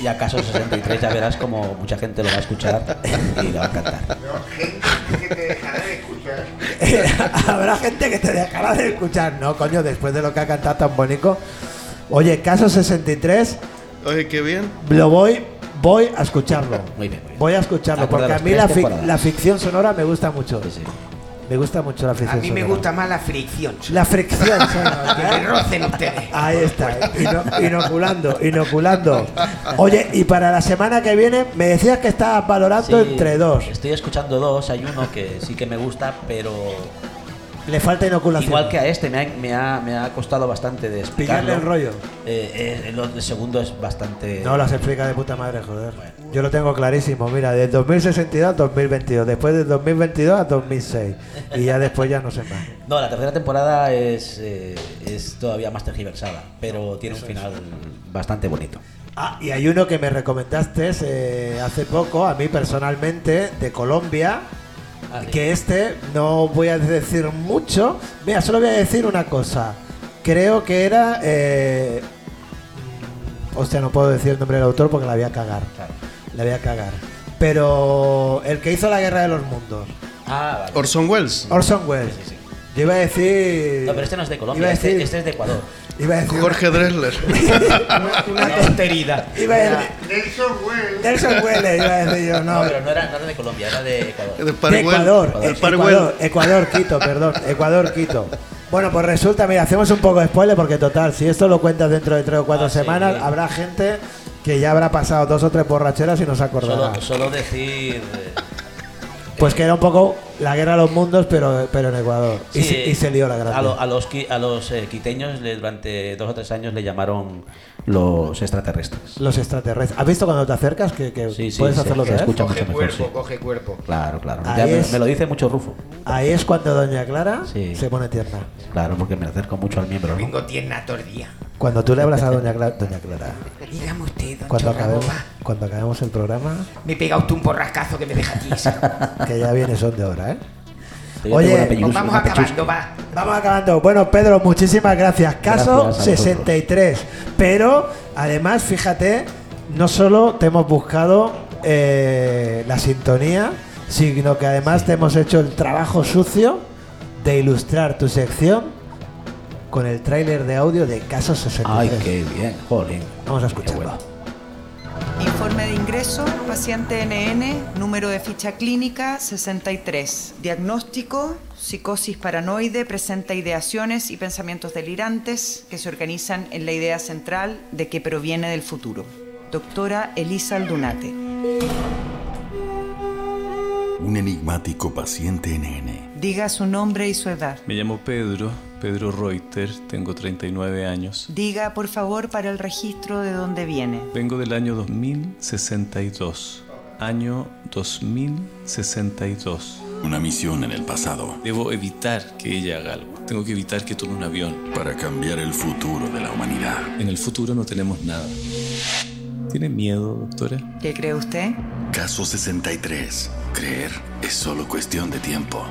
y- y a Caso 63 ya verás como mucha gente lo va a escuchar y le va a encantar. que te dejará de escuchar. Habrá gente que te dejará de escuchar, ¿no, coño? Después de lo que ha cantado tan bonito. Oye, caso 63, Oye, qué bien. lo voy, voy a escucharlo. Muy bien, muy bien. Voy a escucharlo, porque a Acordaros, mí tres la, fic- temporadas. la ficción sonora me gusta mucho. Sí, sí. Me gusta mucho la A ficción mí me sonora. gusta más la fricción. La fricción sonora. Que me rocen ustedes. Ahí está, ino- inoculando, inoculando. Oye, y para la semana que viene me decías que estabas valorando Sí, entre dos. Estoy escuchando dos, hay uno que sí que me gusta, pero Le falta inoculación. igual que a este me ha, me ha- me ha costado bastante de explicarlo. Pillarle el rollo. Eh, eh, el, otro- el segundo es bastante... No las explica de puta madre, joder. Yo lo tengo clarísimo, mira, del 2062 al 2022, después del 2022 al 2006. Y ya después ya no sé más. No, la tercera temporada es, eh, es todavía más tergiversada, pero tiene un final bastante bonito. Ah, y hay uno que me recomendaste eh, hace poco, a mí personalmente, de Colombia. Ah, sí. Que este no voy a decir mucho. Mira, solo voy a decir una cosa. Creo que era. Eh, mm, hostia, no puedo decir el nombre del autor porque la voy a cagar. Claro. La voy a cagar. Pero el que hizo la guerra de los mundos, Ah, vale. Orson Welles. Orson Welles. Sí, sí, sí. Yo iba a decir. No, pero este no es de Iba Colombia, a este, decir. este es de Ecuador. Iba a decir. Jorge Dressler. Una tontería. Iba a decir. Nelson Wells. Nelson Welles, iba a decir yo, No, no. pero no era, no era de Colombia, era de Ecuador. De De Paraguay. Ecuador, Del eh, Paraguay. Ecuador, Ecuador, Quito, perdón, Ecuador, Quito. Bueno, pues resulta, mira, hacemos un poco de spoiler porque total, si esto lo cuentas dentro de tres o cuatro Ah, sí, semanas, sí. habrá gente que ya habrá pasado dos o tres borracheras y nos acordará. Solo, solo decir. eh, Pues que era un poco la guerra de los mundos, pero, pero en Ecuador. Y, sí, se, y se lió la gracia. A, lo- a los, qui- a los eh, quiteños le- durante dos o tres años le llamaron los extraterrestres. Los extraterrestres. ¿Has visto cuando te acercas que, que Sí, sí, Eh, puedes se- hacerlo se otra vez? escucha Coge mucho mejor, cuerpo, sí. coge cuerpo. Claro, claro. Ahí Ya me, es. me lo dice mucho Rufo. Ahí es cuando Doña Clara Sí. se pone tierna. Claro, porque me acerco mucho al miembro. ¿no? Vengo tierna todo el día. Cuando tú le hablas a Doña Clara. Doña Clara. Dígame usted, don Cuando acabemos, Chorraboba, cuando acabemos el programa, Me pega usted un porrascazo que me deja aquí. que ya viene son de hora, ¿eh? Yo Oye, tengo una Nos pellus- vamos una pechusca. acabando, va. Vamos acabando. Bueno, Pedro, muchísimas gracias. Caso Gracias a 63. Pero además, fíjate, no solo te hemos buscado eh, la sintonía, sino que además te hemos hecho el trabajo sucio de ilustrar tu sección con el tráiler de audio de Caso Ay, 63. qué bien, jolín. Vamos a Qué escucharlo. bueno. Informe de ingresos. Congreso, paciente NN, número de ficha clínica 63. Diagnóstico, psicosis paranoide, presenta ideaciones y pensamientos delirantes que se organizan en la idea central de que proviene del futuro. Doctora Elisa Aldunate. Un enigmático paciente NN. Diga su nombre y su edad. Me llamo Pedro, Pedro Reuter, tengo 39 años. Diga, por favor, para el registro de dónde viene. Vengo del año 2062. Año 2062. Una misión en el pasado. Debo evitar que ella haga algo. Tengo que evitar que tome un avión. Para cambiar el futuro de la humanidad. En el futuro no tenemos nada. ¿Tiene miedo, doctora? ¿Qué cree usted? Caso 63. Creer es solo cuestión de tiempo.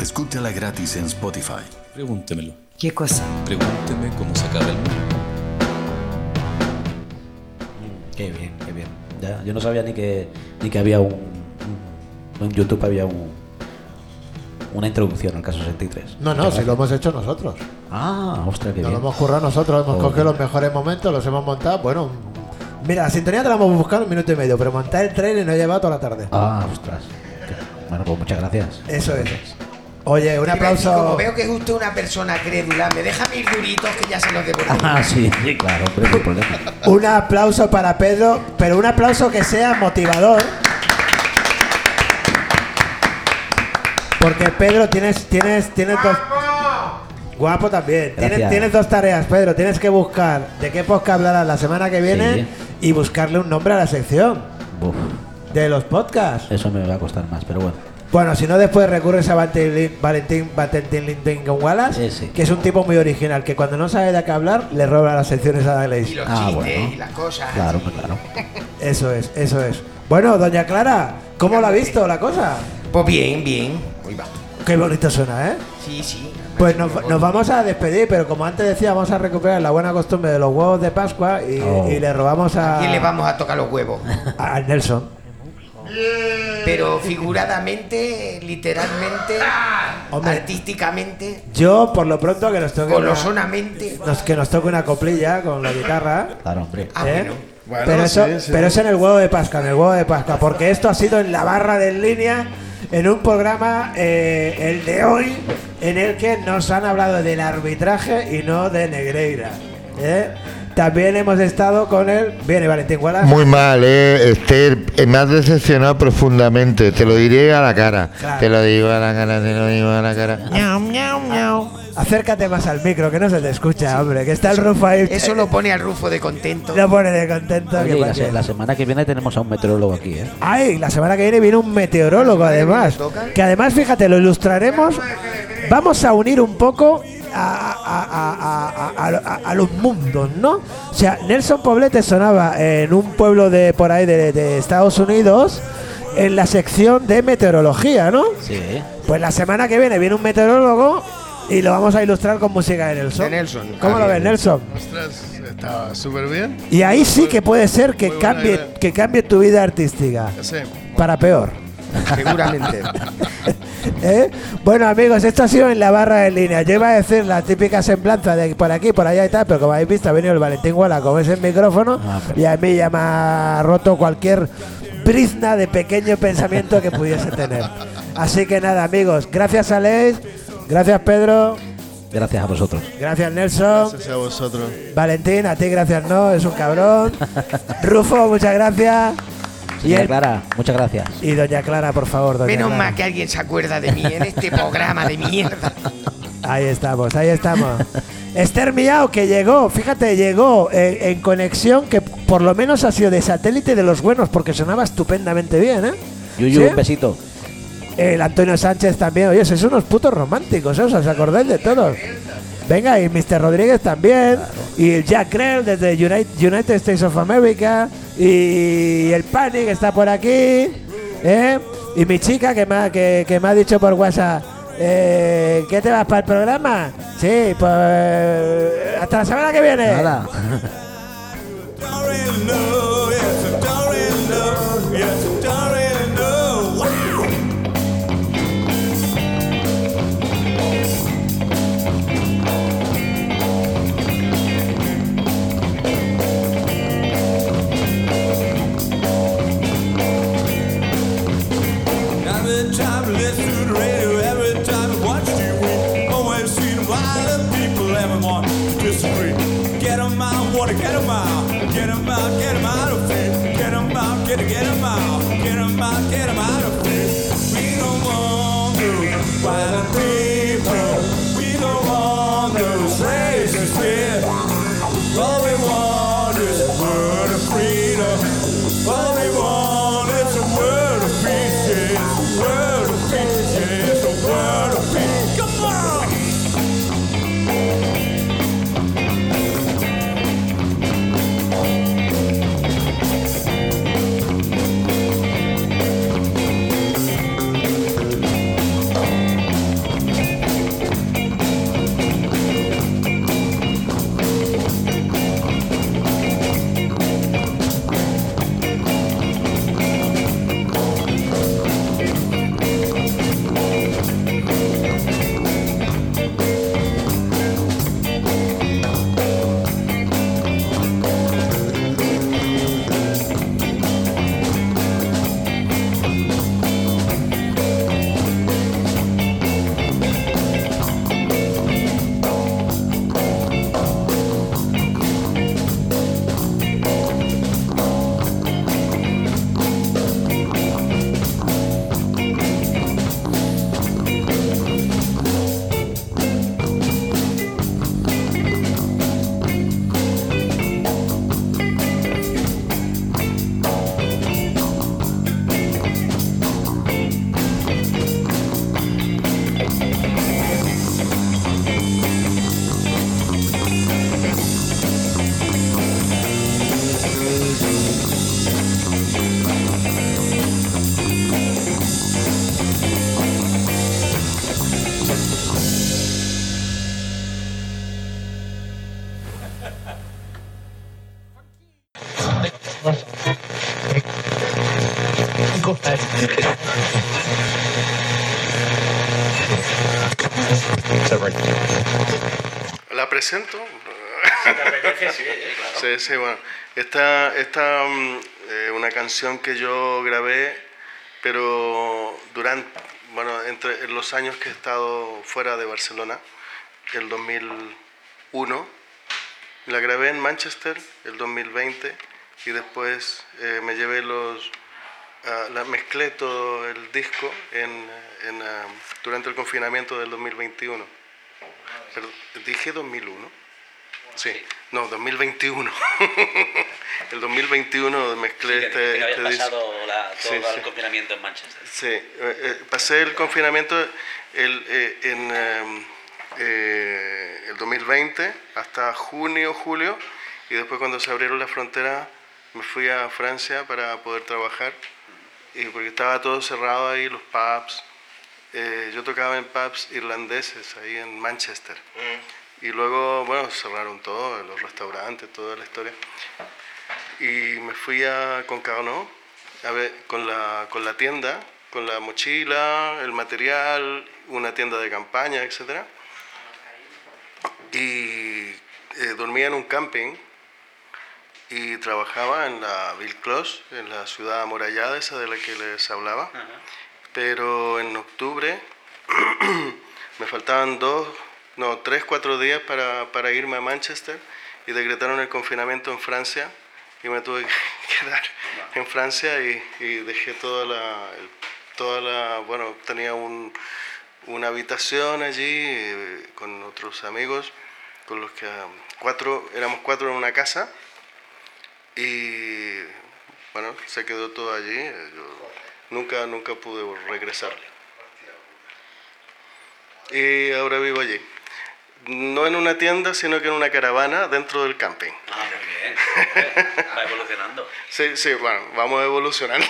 Escúchala gratis en Spotify. Pregúntemelo. ¿Qué cosa? Pregúnteme cómo se acaba el mundo. Qué bien, qué bien. Ya, yo no sabía ni que, ni que había un, un- En YouTube había un, una introducción al caso 63. No, no, Muchas si gracias. lo hemos hecho nosotros. Ah, ostras, qué Nos lo bien. hemos currado nosotros, hemos Oh, cogido los mejores momentos, los hemos montado. Bueno, mira, la sintonía te la hemos buscado en un minuto y medio, pero montar el trailer nos ha llevado toda la tarde. Ah, ostras. Bueno, pues muchas gracias. Eso es. Oye, un Iba a decir, Como aplauso. veo que es usted una persona crédula, me deja mis duritos que ya se los ¿Eh? devuelvo. Ah, sí, sí, claro, hombre, no hay problema. Un aplauso para Pedro, pero un aplauso que sea motivador. Porque Pedro tienes, tienes, tienes dos. Guapo también. Tienes, Gracias. tienes dos tareas, Pedro. Tienes que buscar de qué podcast hablarás la semana que viene y buscarle un nombre a la sección Buf, de los podcasts. eso me va a costar más, pero bueno. Bueno, si no, después recurres a Valentín, Valentín, Valentín Linden Wallace, Ese. que es un tipo muy original, que cuando no sabe de qué hablar, le roba las secciones a la Y los Ah, chistes bueno. y las cosas. ¿eh? Claro, pues claro. Eso es, eso es. Bueno, doña Clara, ¿cómo la ha visto la cosa? Pues bien, bien. Ahí va. Qué bonito suena, ¿eh? Sí, sí. Pues nos, nos vamos a despedir, pero como antes decía, vamos a recuperar la buena costumbre de los huevos de Pascua y, Oh. y le robamos Ah. a... ¿A quién le vamos a tocar los huevos? A Nelson. Pero figuradamente, literalmente, Ah. Hombre. artísticamente, Yo, por lo pronto, que nos toque, una, golosonamente. nos- que nos toque una coplilla con la guitarra. Claro, hombre. Ah, ¿Eh? bueno. pero, Bueno, eso, sí, sí. pero eso en el huevo de Pascua, en el huevo de Pascua, porque esto ha sido en la barra de en línea, en un programa, eh, el de hoy, en el que nos han hablado del arbitraje y no de Negreira. ¿eh? También hemos estado con el. Viene Valentín Wallace. Muy mal, eh, Esther. eh, me has decepcionado profundamente. Te lo diré a la cara. Claro. Te lo digo a la cara, te lo digo a la cara. Miau, miau, miau. Acércate más al micro, que no se te escucha, hombre, que está el Rufo ahí. Eso lo pone al rufo de contento. Lo pone de contento. Oye, que y la, pa' qué. se- la semana que viene tenemos a un meteorólogo aquí, ¿eh? Ay, la semana que viene viene un meteorólogo además. Que además, fíjate, lo ilustraremos. Vamos a unir un poco a, a- a- a- a- a los mundos, ¿no? O sea, Nelson Poblete sonaba en un pueblo de por ahí de, de Estados Unidos en la sección de meteorología, ¿no? Sí. Pues la semana que viene viene un meteorólogo y lo vamos a ilustrar con música de Nelson. De Nelson. ¿Cómo Ah, lo bien. ves, Nelson? Ostras, está súper bien. Y ahí sí que puede ser que Muy buena cambie, idea. que cambie tu vida artística. Sí. Para peor. Seguramente. ¿Eh? Bueno, amigos, esto ha sido en la barra de línea. Yo iba a decir la típica semblanza de por aquí, por allá y tal, pero como habéis visto, ha venido el Valentín Guala con ese micrófono y a mí ya me ha roto cualquier brizna de pequeño pensamiento que pudiese tener. Así que nada, amigos, gracias Alex, gracias Pedro, Gracias a vosotros. gracias Nelson, Gracias a vosotros. Valentín, a ti gracias no, es un cabrón. Rufo, muchas gracias. Y, Señora el- Clara, muchas gracias. y doña Clara, por favor, doña Menos Clara. mal que alguien se acuerda de mí en este programa de mierda. Ahí estamos, ahí estamos. Esther Miao, que llegó, fíjate, llegó eh, en, conexión que por lo menos ha sido de satélite de los buenos porque sonaba estupendamente bien, ¿eh? Yuyu, ¿Sí? un besito. El Antonio Sánchez también, oye, sois unos putos románticos, ¿eh? ¿os acordáis de todos? Venga, y Mr. Rodríguez también, y el Jack Grell desde United, United States of America, y el Pani que está por aquí, ¿eh? y mi chica que me ha, que, que me ha dicho por WhatsApp, eh, ¿qué te vas para el programa? Sí, pues eh, hasta la semana que viene. Nada. by the people. We don't want those racist fear. All we want is a word of freedom. All we want is a word of peace. Yes, a word of peace. Yes, a word of peace. Come on! ¿La presento? sí, sí, bueno. Esta es una canción que yo grabé, pero durante, bueno, entre en los años que he estado fuera de Barcelona, el 2001, la grabé en Manchester, el 2020, y después eh, me llevé los... ah, la, mezclé todo el disco en, en, ah, durante el confinamiento del 2021. Perdón, dije 2001. Sí, no, 2021. el 2021 mezclé que, este, que habías este disco. pasado la- todo Sí, el sí. confinamiento en Manchester. Sí, eh, eh, pasé el confinamiento el, eh, en eh, eh, el 2020 hasta junio, julio, y después cuando se abrieron las fronteras me fui a Francia para poder trabajar, y porque estaba todo cerrado ahí, los pubs. Eh, yo tocaba en pubs irlandeses ahí en Manchester. Y luego, bueno, cerraron todo, los restaurantes, toda la historia. Y me fui a Concarneau, a ver, con la, con la tienda, con la mochila, el material, una tienda de campaña, etc. Y eh, dormía en un camping y trabajaba en la Ville Close, en la ciudad amurallada, esa de la que les hablaba. Pero en octubre me faltaban dos, no, tres, cuatro días para, para irme a Manchester y decretaron el confinamiento en Francia y me tuve que quedar en Francia y, y dejé toda la, el- toda la, bueno, tenía un, una habitación allí eh, con otros amigos, con los que ah, cuatro, éramos cuatro en una casa y bueno, se quedó todo allí, eh, yo nunca, nunca pude regresar. Y ahora vivo allí. No en una tienda, sino que en una caravana dentro del camping. Ah, muy bien. Va evolucionando. Sí, sí, bueno, vamos evolucionando.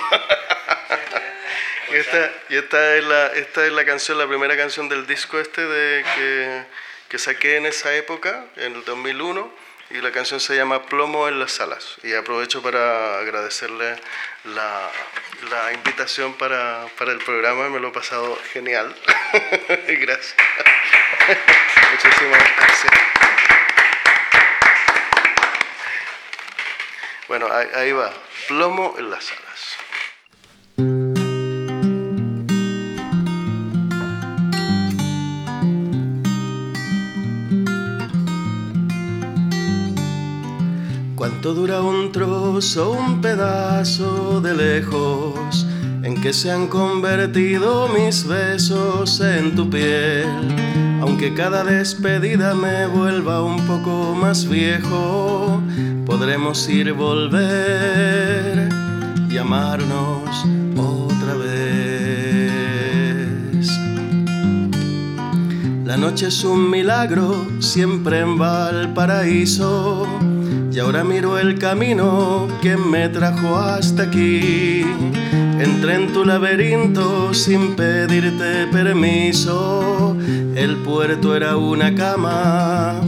y esta, y esta, es la, esta es la canción, la primera canción del disco este de que, que saqué en esa época, en el 2001. Y la canción se llama Plomo en las salas. Y aprovecho para agradecerle la, la invitación para, para el programa. Me lo he pasado genial. Y gracias. Muchísimas gracias. Bueno, ahí, ahí va. Plomo en las salas. ¿Cuánto dura un trozo, un pedazo de lejos en que se han convertido mis besos en tu piel. Aunque cada despedida me vuelva un poco más viejo, podremos ir volver y amarnos otra vez. La noche es un milagro, siempre en Valparaíso. Y ahora miro el camino que me trajo hasta aquí. Entré en tu laberinto sin pedirte permiso. El puerto era una cama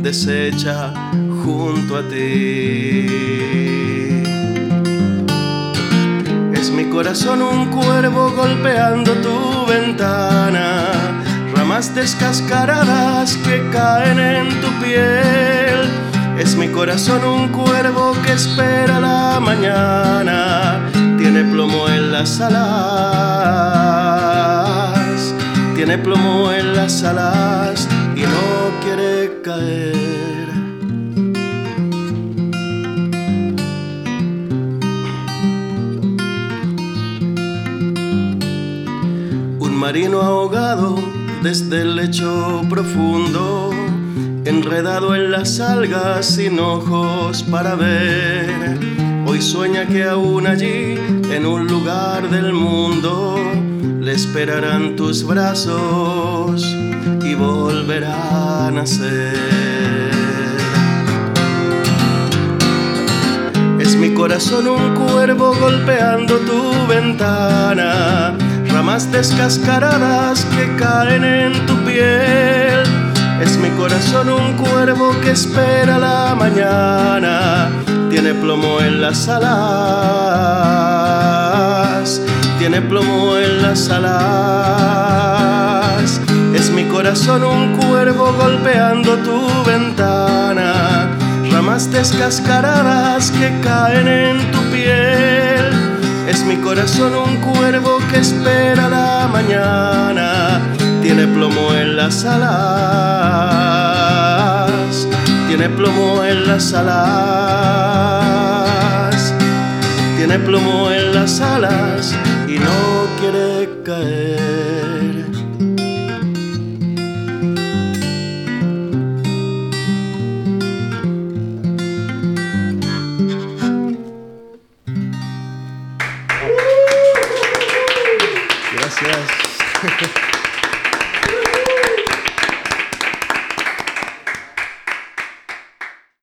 deshecha junto a ti. Es mi corazón un cuervo golpeando tu ventana. Ramas descascaradas que caen en tu piel. Es mi corazón un cuervo que espera la mañana. Tiene plomo en las alas. Tiene plomo en las alas y no quiere caer. Un marino ahogado desde el lecho profundo, enredado en las algas sin ojos para ver. Hoy sueña que aún allí, en un lugar del mundo, le esperarán tus brazos y volverán a ser. Es mi corazón un cuervo golpeando tu ventana. Ramas descascaradas que caen en tu piel. Es mi corazón un cuervo que espera la mañana. Tiene plomo en las alas. Tiene plomo en las alas. Es mi corazón un cuervo golpeando tu ventana ramas descascaradas que caen en tu piel. Es mi corazón un cuervo que espera la mañana. Tiene plomo en las alas. Tiene plomo en las alas. Tiene plomo en las alas y no quiere caer. Gracias.